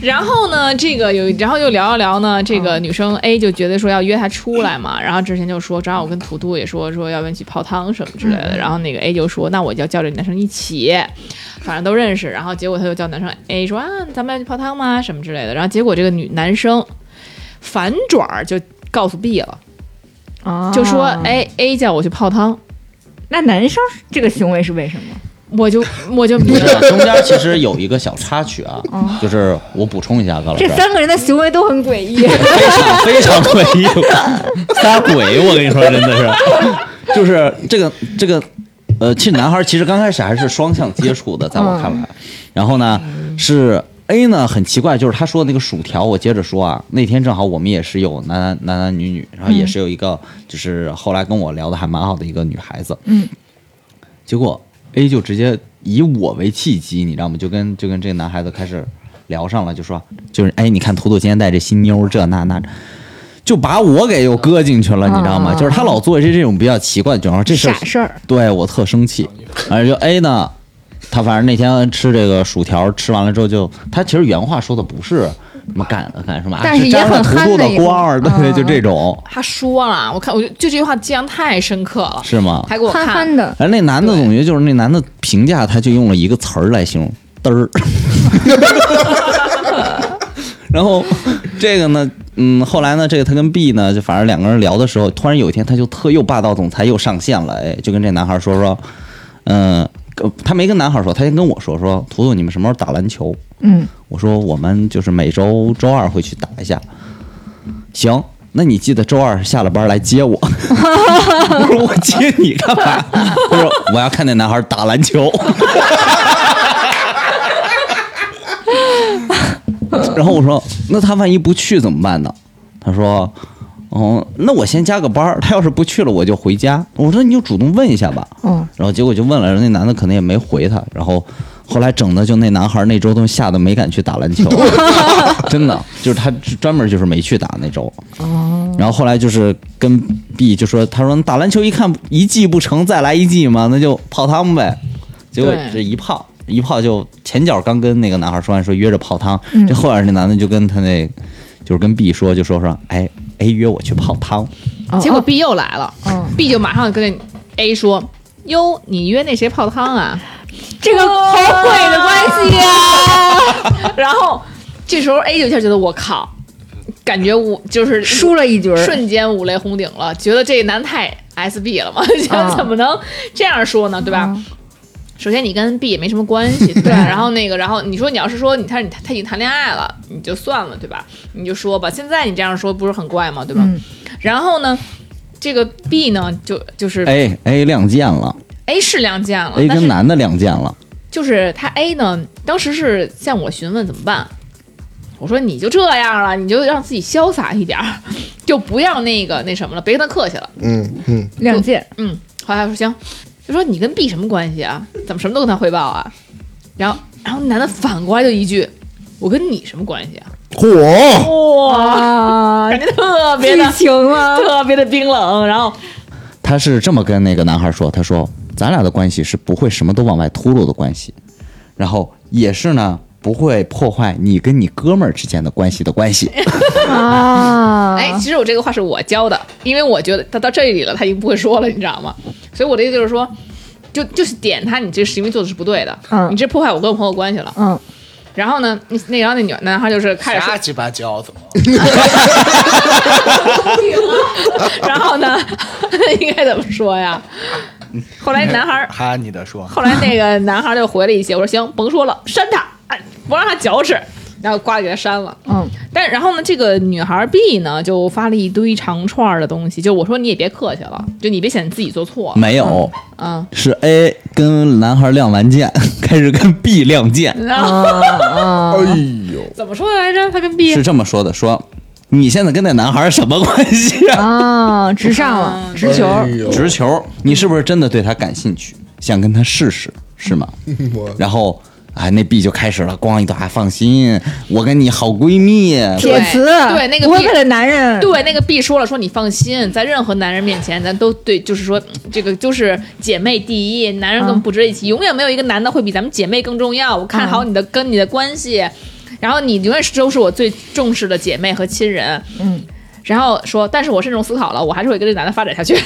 A: 然后呢，这个有，然后又聊一聊呢，这个女生 A 就觉得说要约他出来嘛，然后之前就说，正好我跟图图也说说要不然去泡汤什么之类的，然后那个 A 就说，那我就要叫这男生一起，反正都认识，然后结果他就叫男生 A 说啊，咱们要去泡汤吗？什么之类的，然后结果这个女男生反转儿就告诉 B 了，
C: 啊
A: 就说，哎 A 叫我去泡汤，
C: 那男生这个行为是为什么？
A: 我就我就
F: 不是 啊中间其实有一个小插曲啊，
A: 哦
F: 就是我补充一下，高老
C: 这
F: 师，
C: 三个人的行为都很诡异。
F: 非常非常诡异，仨鬼，我跟你说，真的是，就是这个这个，呃，其实男孩其实刚开始还是双向接触的，在我看来，然后呢
C: 嗯
F: 是 A 呢很奇怪，就是他说的那个薯条，我接着说啊，那天正好我们也是有男男男男女女，然后
C: 嗯
F: 也是有一个就是后来跟我聊的还蛮好的一个女孩子，
C: 嗯，
F: 结果 A 就直接以我为契机，你知道吗？就跟就跟这个男孩子开始聊上了，就说就是哎，你看图图今天带这新妞儿，这那那。就把我给又搁进去了，你知道吗？
C: 啊
F: 就是他老做一些这种比较奇怪的举动，这事
C: 傻事儿，
F: 对我特生气。反正就 A 呢，他反正那天吃这个薯条，吃完了之后就，他其实原话说的不是什么干干什么，啊
C: 但是也
F: 沾了
C: 很
F: 图
C: 憨
F: 图
C: 的
F: 的
C: 一个
F: 光儿，对对，
C: 嗯
F: 就这种
A: 他说了，我看我就就这句话印象太深刻 了，
F: 是吗？
A: 还给我
C: 憨
A: 看
C: 憨的，
F: 而那男的总结就是那男的评价他就用了一个词儿来形容嘚儿， 然后这个呢，嗯，后来呢，这个他跟 B 呢，就反正两个人聊的时候，突然有一天他就特又霸道总裁又上线了，哎，就跟这男孩说说，嗯、跟他没跟男孩说，他先跟我说说，图图你们什么时候打篮球？
C: 嗯，
F: 我说我们就是每周周二会去打一下。行，那你记得周二下了班来接我。 我说我接你干嘛？他说我要看那男孩打篮球。然后我说那他万一不去怎么办呢？他说哦，那我先加个班儿，他要是不去了我就回家。我说你就主动问一下吧。
C: 哦，
F: 然后结果就问了，那男的可能也没回他，然后后来整的就那男孩那周都吓 得没敢去打篮球，真的就是他专门就是没去打那周，
A: 哦
F: 然后后来就是跟 B 就说，他说打篮球一看一记不成，再来一记嘛，那就泡汤呗。结果
A: 对
F: 这一泡一泡就前脚刚跟那个男孩说完说约着泡汤，
A: 嗯
F: 这后边那男的就跟他那就是跟 B 说就说说哎 A 约我去泡汤，
C: 哦
A: 结果 B 又来了、b 就马上跟 A 说：“哟，你约那谁泡汤啊
C: 这个好鬼的关系呀、？”
A: 然后这时候 A 就一下觉得我靠，感觉我就是
C: 输了一局儿，
A: 瞬间五雷轰顶了，觉得这男太 SB 了嘛， 觉得
C: 啊
A: 怎么能这样说呢，对吧？首先，你跟 B 也没什么关系，对吧？然后那个，然后你说你要是说你他你他已经谈恋爱了，你就算了，对吧？你就说吧，现在你这样说不是很怪吗？对吧？
C: 嗯
A: 然后呢，这个 B 呢，就就是
F: 哎 A 亮剑了
A: A 是亮剑了
F: ，A
A: 但是
F: 跟男的亮剑了，
A: 就是他 A 呢，当时是向我询问怎么办，我说你就这样了，你就让自己潇洒一点儿，就不要那个那什么了，别跟他客气了。
D: 嗯嗯，
C: 亮剑，
A: 嗯，后来我说行，就说你跟 B 什么关系啊？怎么什么都跟他汇报啊？然后，然后男的反过来就一句：“我跟你什么关系啊
D: 嚯！”，
A: 哇， 感觉特别 的
C: 剧情了，
A: 特别的冰冷。然后，
F: 他是这么跟那个男孩说，他说咱俩的关系是不会什么都往外秃噜的关系，然后也是呢不会破坏你跟你哥们儿之间的关系的关系。
C: 啊！
A: 哎，其实我这个话是我教的，因为我觉得他到这里了，他已经不会说了，你知道吗？所以我的意思就是说，就就是点他，你这行为做的是不对的，
C: 嗯
A: 你这破坏我跟我朋友关系了。
C: 嗯，
A: 然后呢，那那然后那女男孩就是开始说
B: 瞎鸡巴叫怎么？
A: 然后呢，应该怎么说呀？后来男孩儿，
B: 哈，你的说，
A: 后来那个男孩儿就回了一些，我说行，甭说了，删他，哎，不让他嚼齿，然后呱给他删了。
C: 嗯，
A: 但然后呢，这个女孩儿 B 呢就发了一堆长串儿的东西，就我说你也别客气了，就你别显得自己做错了
F: 没有，
A: 啊。
F: 是 A 跟男孩亮完剑， 开始跟 B 亮剑，
A: 然后
D: 哎呦，
A: 怎么说的来着？他跟 B
F: 是这么说的：说你现在跟那男孩什么关系 啊？
C: 啊，直上了，
A: 嗯
C: 直球，
D: 哎呦
F: 直球，你是不是真的对他感兴趣，想跟他试试，是吗？
D: 我
F: 然后。哎，那 B 就开始了，咣一打，放心，我跟你好闺蜜，
C: 铁磁，
A: 对那个
C: 不会
A: 别
C: 为了男 人，
A: 对，那个 B 说了，说你放心，在任何男人面前，咱都对，就是说，这个就是姐妹第一，男人更不值得一提，永远没有一个男的会比咱们姐妹更重要。我看好你的、跟你的关系，然后你永远是都是我最重视的姐妹和亲人。
C: 嗯，
A: 然后说，但是我慎重思考了，我还是会跟这男的发展下去。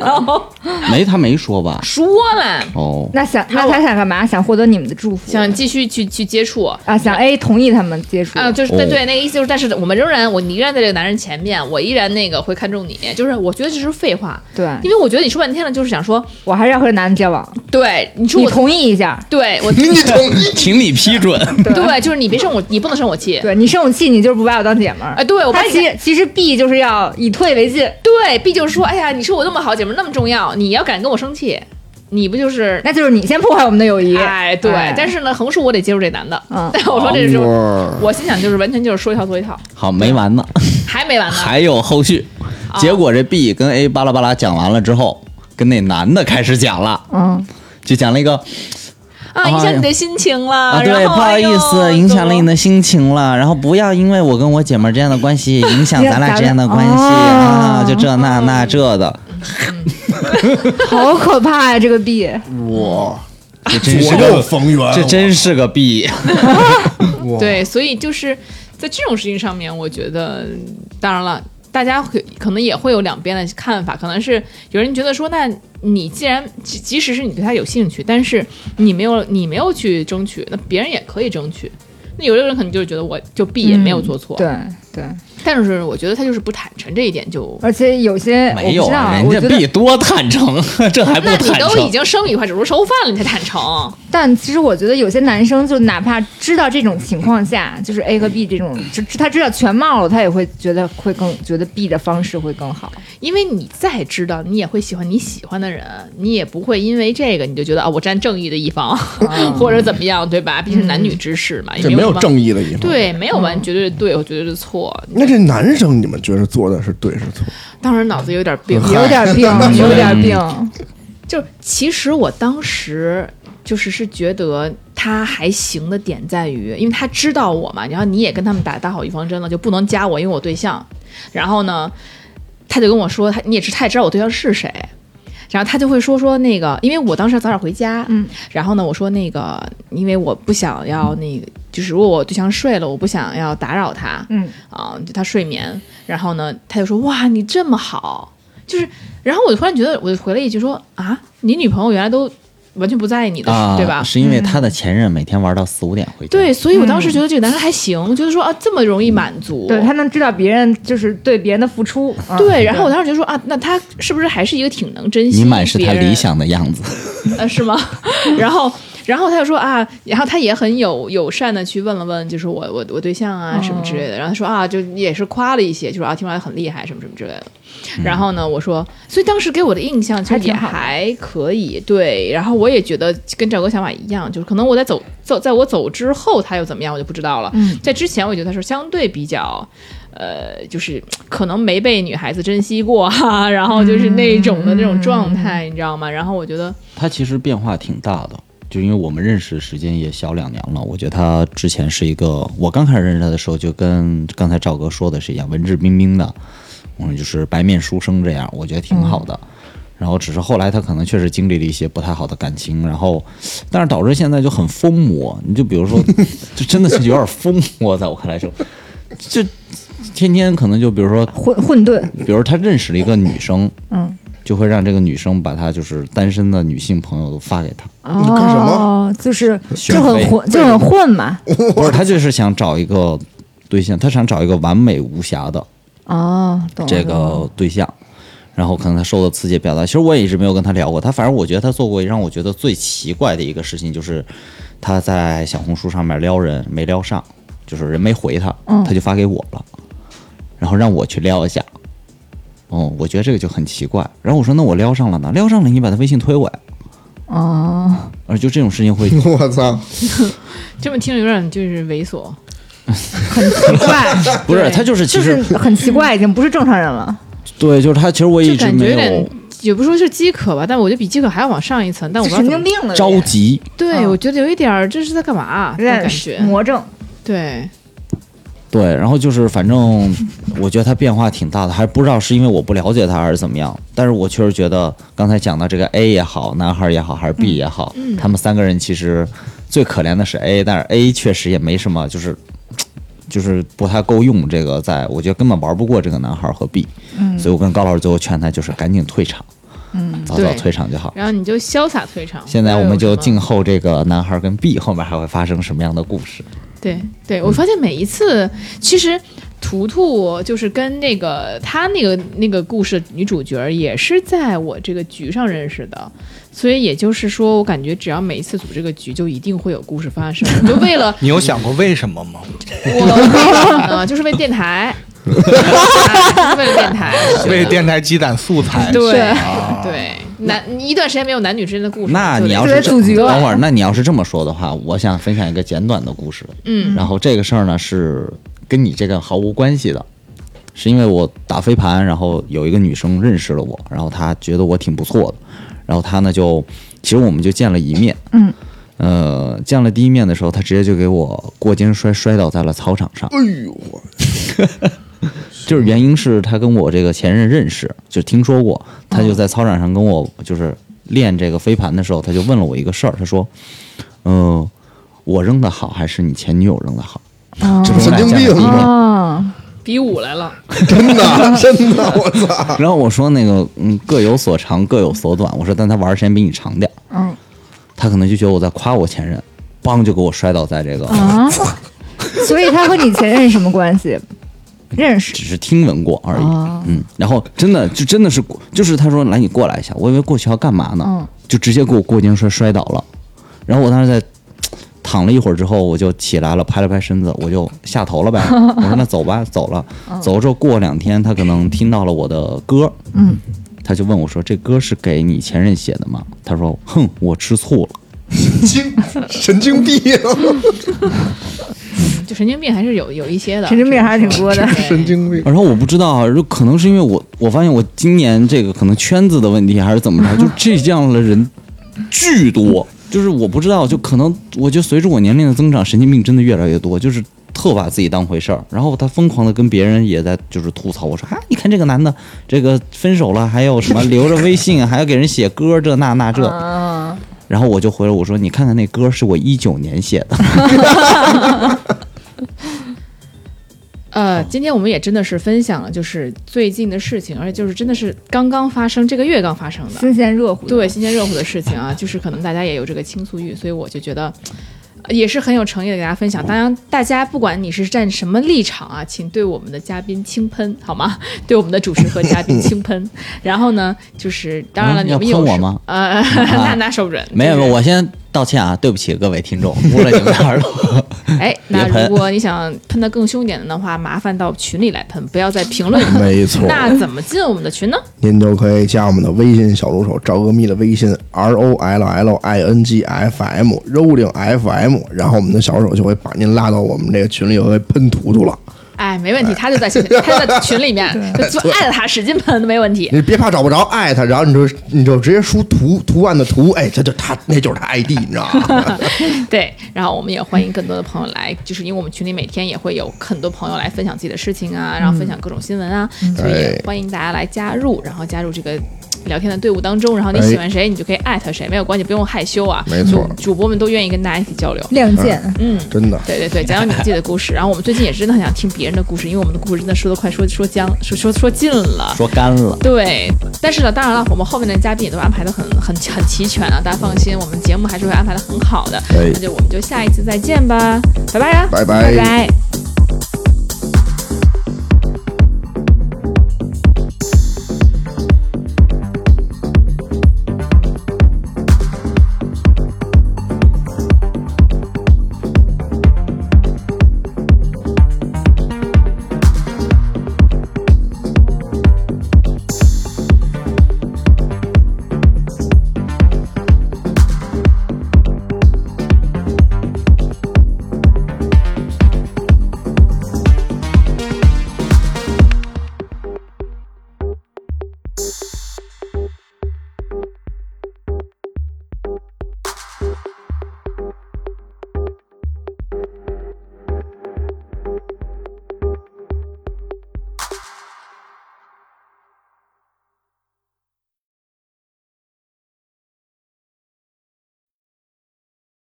A: 然后
F: 没他没说吧？
A: 说了，
F: 哦，
C: 那想那他想干嘛？想获得你们的祝福，
A: 想继续去去接触。
C: 啊，想 A 同意他们接触
A: 啊，就是对
F: 哦
A: 对，那个意思就是，但是我们仍然，我你依然在这个男人前面，我依然那个会看重你，就是我觉得这是废话，
C: 对
A: 因为我觉得你说半天了，就是想说，
C: 我还是要和这男的交往，
A: 对，你说
C: 你
A: 我
C: 同意一下，
A: 对 我
F: 请你批准。
A: 对，就是你别生我，你不能生我气。
C: 对你生我气，你就是不把我当姐们儿
A: 哎，。对我
C: 他
A: 把你
C: 其实其实 B 就是要以退为进，
A: 对 B 就是说，哎呀，你说我那么好姐们儿那么重要，你要敢跟我生气，你不就是
C: 那就是你先破坏我们的友谊。
A: 哎对？但
C: 是
A: 是呢，横竖我得接受这男的。
C: 嗯
A: 我说这是
D: 哇
A: 我心想就是完全就是说一套做一套，
F: 好，没完呢。
A: 还没完呢。
F: 还有后续。
A: 哦
F: 结果这 B 跟 A 巴拉巴拉讲完了之后，跟那男的开始讲了，
C: 嗯，
F: 就讲了一个
A: 啊，影响你的心情了。然
F: 哎啊对，
A: 后
F: 不好
A: 哎
F: 意
A: 呦
F: 思，影响了你
A: 怎么
F: 的心情了。然后不要因为我跟我姐们儿之间的关 系影响咱俩之间的关系
C: 哦
F: 啊，就这那那这的，
C: 好可怕呀，这个 B，
D: 我
F: 这真
D: 左
F: 是
D: 右
F: 个，
D: 逢源，
A: 哎
F: 这真是个 B。
D: 哇
A: 对，所以就是在这种事情上面，我觉得，当然了，大家可可能也会有两边的看法，可能是有人觉得说，那你既然即即使是你对他有兴趣，但是你没有你没有去争取，那别人也可以争取。那有的人可能就是觉得我就 B 也没有做错，
C: 对对，
A: 但是我觉得他就是不坦诚这一点就。
C: 而且有些我不
F: 没
C: 知
F: 有
C: 道
F: 啊，，人
C: 我
F: 家
C: 觉
F: B
C: 得，
F: 多坦诚， 这还不
A: 那你
F: 坦
A: 都已
F: 诚？
A: 经生米快煮熟饭了，你才坦诚？
C: 但其实我觉得有些男生就哪怕知道这种情况下，就是 A 和 B 这种，就他知道全貌了，他也会觉得会更觉得 B 的方式会更好。
A: 因为你再知道，你也会喜欢你喜欢的人，你也不会因为这个你就觉得啊，我站正义的一方， 或者怎么样，对吧？毕竟男女之事嘛，也
D: 这
A: 没
D: 没有
A: 什么
D: 正义的一方。，
A: 对，没有完绝对对，我绝对是错。
D: 那这男生你们觉得做的是对是错？
A: 当时脑子有点 病，
C: 有点病，有点病。
A: 就其实我当时就是是觉得。他还行的点在于，因为他知道我嘛，然后你也跟他们打打好预防针了，就不能加我，因为我对象。然后呢，他就跟我说，他你也知他也知道我对象是谁。然后他就会说说那个，因为我当时要早点回家，
C: 嗯，
A: 然后呢，我说那个，因为我不想要那个，就是如果我对象睡了，我不想要打扰他，
C: 嗯
A: 啊，就他睡眠，然后呢，他就说哇，你这么好，就是，然后我突然觉得，我就回了一句说啊，你女朋友原来都完全不在意你的，
F: 啊，
A: 对吧？嗯
F: 是因为他的前任每天玩到四五点回家，
A: 对，，所以我当时觉得这个男生还行，
F: 嗯
A: 就是说啊，这么容易满足，
C: 对他能知道别人就是对别人的付出，嗯
A: 对，然后我当时觉得说啊，那他是不是还是一个挺能珍惜
F: 你满是
A: 别
F: 他
A: 人
F: 理想的样子。
A: 呃，是吗？ 然后，然后他就说啊，然后他也很友友善的去问了问，就是我我我对象啊什么之
C: 哦
A: 类的。然后他说啊，就也是夸了一些，就说啊，听出来很厉害什么什么之类的。然后呢，我说，所以当时给我的印象其
C: 还
A: 实也
C: 挺好的
A: 还可以，对。然后我也觉得跟赵哥想法一样，就是可能我在走走，在我走之后他又怎么样，我就不知道了。
C: 嗯
A: 在之前，我觉得他是相对比较。呃，就是可能没被女孩子珍惜过哈、然后就是那种的那种状
C: 嗯
A: 态，你知道吗？然后我觉得，
F: 他其实变化挺大的，就因为我们认识的时间也小两年了。我觉得他之前是一个，我刚开始认识他的时候，就跟刚才赵哥说的是一样，文质彬彬的，嗯，就是白面书生这样，我觉得挺好的。然后只是后来他可能确实经历了一些不太好的感情，然后，但是导致现在就很疯魔。你就比如说， 就真的是有点疯魔，在我看来是，就天天可能就比如说
C: 混混沌，
F: 比如他认识了一个女生，
C: 嗯，
F: 就会让这个女生把他就是单身的女性朋友都发给他，
D: 你干什
C: 哦，就是
F: 选
C: 就很
F: 妃
C: 混就很混嘛，
F: 不是他就是想找一个对象，他想找一个完美无瑕的
C: 哦，懂了
F: 这
C: 懂了
F: 个对象，然后可能他受到刺激表达，其实我也一直没有跟他聊过，他反正我觉得他做过让我觉得最奇怪的一个事情就是他在小红书上面撩人没撩上，就是人没回他，他就发给我了，然后让我去撩一下。哦，我觉得这个就很奇怪。然后我说：“那我撩上了呢？撩上了，你把他微信推我呀。”
C: 哦，
F: 而就这种事 情会
D: 我操！
A: 这么听着有点就是猥琐，
C: 很 奇怪，
F: 不是
A: 对
F: 他就是其
C: 就
F: 实、
C: 是很奇怪，已经不是正常人了。
F: 对，就是他其实我
A: 就
F: 一直
A: 感觉
F: 没
A: 有点
F: 有，
A: 也不说是饥渴吧，但我觉得比饥渴还要往上一层。但我
C: 就
A: 不知道
C: 神
A: 怎么
C: 经，病了，
A: 啊
F: 着急，
A: 对
C: 嗯
A: 我觉得有一点儿这是在干嘛啊
C: 有
A: 这种
C: 点
A: 感觉，
C: 魔怔。
A: 对，
F: 对，然后就是反正我觉得他变化挺大的，还不知道是因为我不了解他还是怎么样，但是我确实觉得刚才讲的这个 A 也好，男孩也好，还是 B
A: 嗯
F: 也好，他们三个人其实最可怜的是 A，但是 A 确实也没什么，就是就是不太够用，这个在我觉得根本玩不过这个男孩和 B，、所
A: 嗯
F: 以我跟高老师最后劝他就是赶紧退场，嗯，早早
A: 对
F: 退场就好。
A: 然后你就潇洒退场。
F: 现在
A: 不
F: 我
A: 要
F: 们
A: 有
F: 就
A: 什么
F: 静候这个男孩跟 B 后面还会发生什么样的故事。
A: 对对，我发现每一次其实。图图就是跟那个她那个那个故事女主角也是在我这个局上认识的，所以也就是说，我感觉只要每一次组这个局，就一定会有故事发生。 就为了
B: 你有想过为什么吗？
A: 我 为什么呢？就是为电台， 啊就是为了电台，我觉得
B: 为电台积攒素材。
A: 对、
B: 啊
A: 对，男一段时间没有男女之间的故事，
F: 那你要
C: 对
F: 是
C: 组
F: 这
C: 局了
F: 等会儿，那你要是这么说的话，我想分享一个简短的故事。
A: 嗯，
F: 然后这个事儿呢是跟你这个毫无关系的，是因为我打飞盘，然后有一个女生认识了我，然后她觉得我挺不错的，然后她呢就，其实我们就见了一面，
C: 嗯，
F: 呃，见了第一面的时候，她直接就给我过肩摔，摔倒在了操场上。
D: 哎呦，我
F: 就是原因是他跟我这个前任认识，就听说过，他就在操场上跟我就是练这个飞盘的时候，他就问了我一个事儿，他说：“嗯、我扔的好还是你前女友扔的好？”这是我
D: 神
F: 俩
D: 经
F: 见的
D: 病啊
F: 第一面
C: 哦，
A: 比武来了，
D: 真的真的，我操！
F: 然后我说那个嗯各有所长各有所短，我说但他玩的时间比你长点儿，
C: 嗯
F: 他可能就觉得我在夸我前任，梆就给我摔倒在这个，
C: 啊，所以他和你前任是什么关系？认识
F: 只是听闻过而已，
C: 哦
F: 嗯，然后真的就真的是就是他说来你过来一下，我以为过去要干嘛呢，
C: 嗯
F: 就直接给我过肩摔摔倒了，然后我当时在躺了一会儿之后，我就起来了，拍了拍身子，我就下 头了呗，我说那走吧，走了，走了之后过两天，他可能听到了我的歌，
C: 嗯，
F: 他就问我说这歌是给你前任写的吗？他说哼，我吃醋了。
D: 精神经病，
A: 就神经病还是有有一些的，
C: 神经病还是挺多的。
D: 神经病。
F: 然后我不知道啊，如可能是因为我我发现我 今年这个可能圈子的问题还是怎么着，就这样的人巨多，就是我不知道，就可能我觉得随着我年龄的增长，神经病真的越来越多，就是特把自己当回事儿。然后他疯狂的跟别人也在就是吐槽，我说啊，你看这个男的，这个分手了，还有什么留着微信，还要给人写歌，这那那这。
C: 嗯，
F: 然后我就回了我说，你看看那歌是我一九年写的，
A: 呃，今天我们也真的是分享了，就是最近的事情，而且就是真的是刚刚发生，这个月刚发生的，
C: 新鲜热乎的。
A: 对新鲜热乎的事情啊，就是可能大家也有这个倾诉欲，所以我就觉得。呃也是很有诚意的给大家分享。当然，大家不管你是站什么立场啊，请对我们的嘉宾轻喷好吗？对我们的主持和嘉宾轻喷。然后呢，就是当然了，
F: 啊
A: 你
F: 要
A: 们有
F: 喷我
A: 时
F: 吗啊
A: 呃， 那那受不准。
F: 没有，
A: 就是
F: 没有我先道歉啊，对不起各位听众，污了你们的耳朵。
A: 哎，
F: 别
A: 那
F: 喷
A: 如果你想喷的更凶一点的话，麻烦到群里来喷，不要在评论喷。
D: 没错
A: 那怎么进我们的群呢？
D: 您就可以加我们的微信小助手赵阿咪的微信 R O L L I N G F M Rolling F M，然后我们的小助手就会把您拉到我们这个群里，就会喷图图了。
A: 哎，没问题，他就 在群，他就在群里面，就做按着他使劲喷都没问题。
D: 你别怕找不着，艾他，然后你就你就直接输图图案的图，哎，他就他那就是他 ID，你知道吗？
A: 对，然后我们也欢迎更多的朋友来，就是因为我们群里每天也会有很多朋友来分享自己的事情啊，然后分享各种新闻啊，所以
D: 哎
A: 也欢迎大家来加入，然后加入这个。聊天的队伍当中，然后你喜欢谁，你就可以艾特谁，没有关系，不用害羞啊。
D: 哎没错
A: 主主播们都愿意跟大家一起交流。
C: 亮剑，
D: 真的，
A: 对对对，讲讲你们自己的故事。然后我们最近也真的很想听别人的故事，因为我们的故事真的说的快说说僵说说说尽了。
F: 说干了，
A: 对，但是呢，当然了，我们后面的嘉宾也都安排的很很很齐全啊，大家放心，我们节目还是会安排的很好的。
D: 哎
A: 那就我们就下一次再见吧，拜拜啊，
D: 拜拜
A: 拜拜。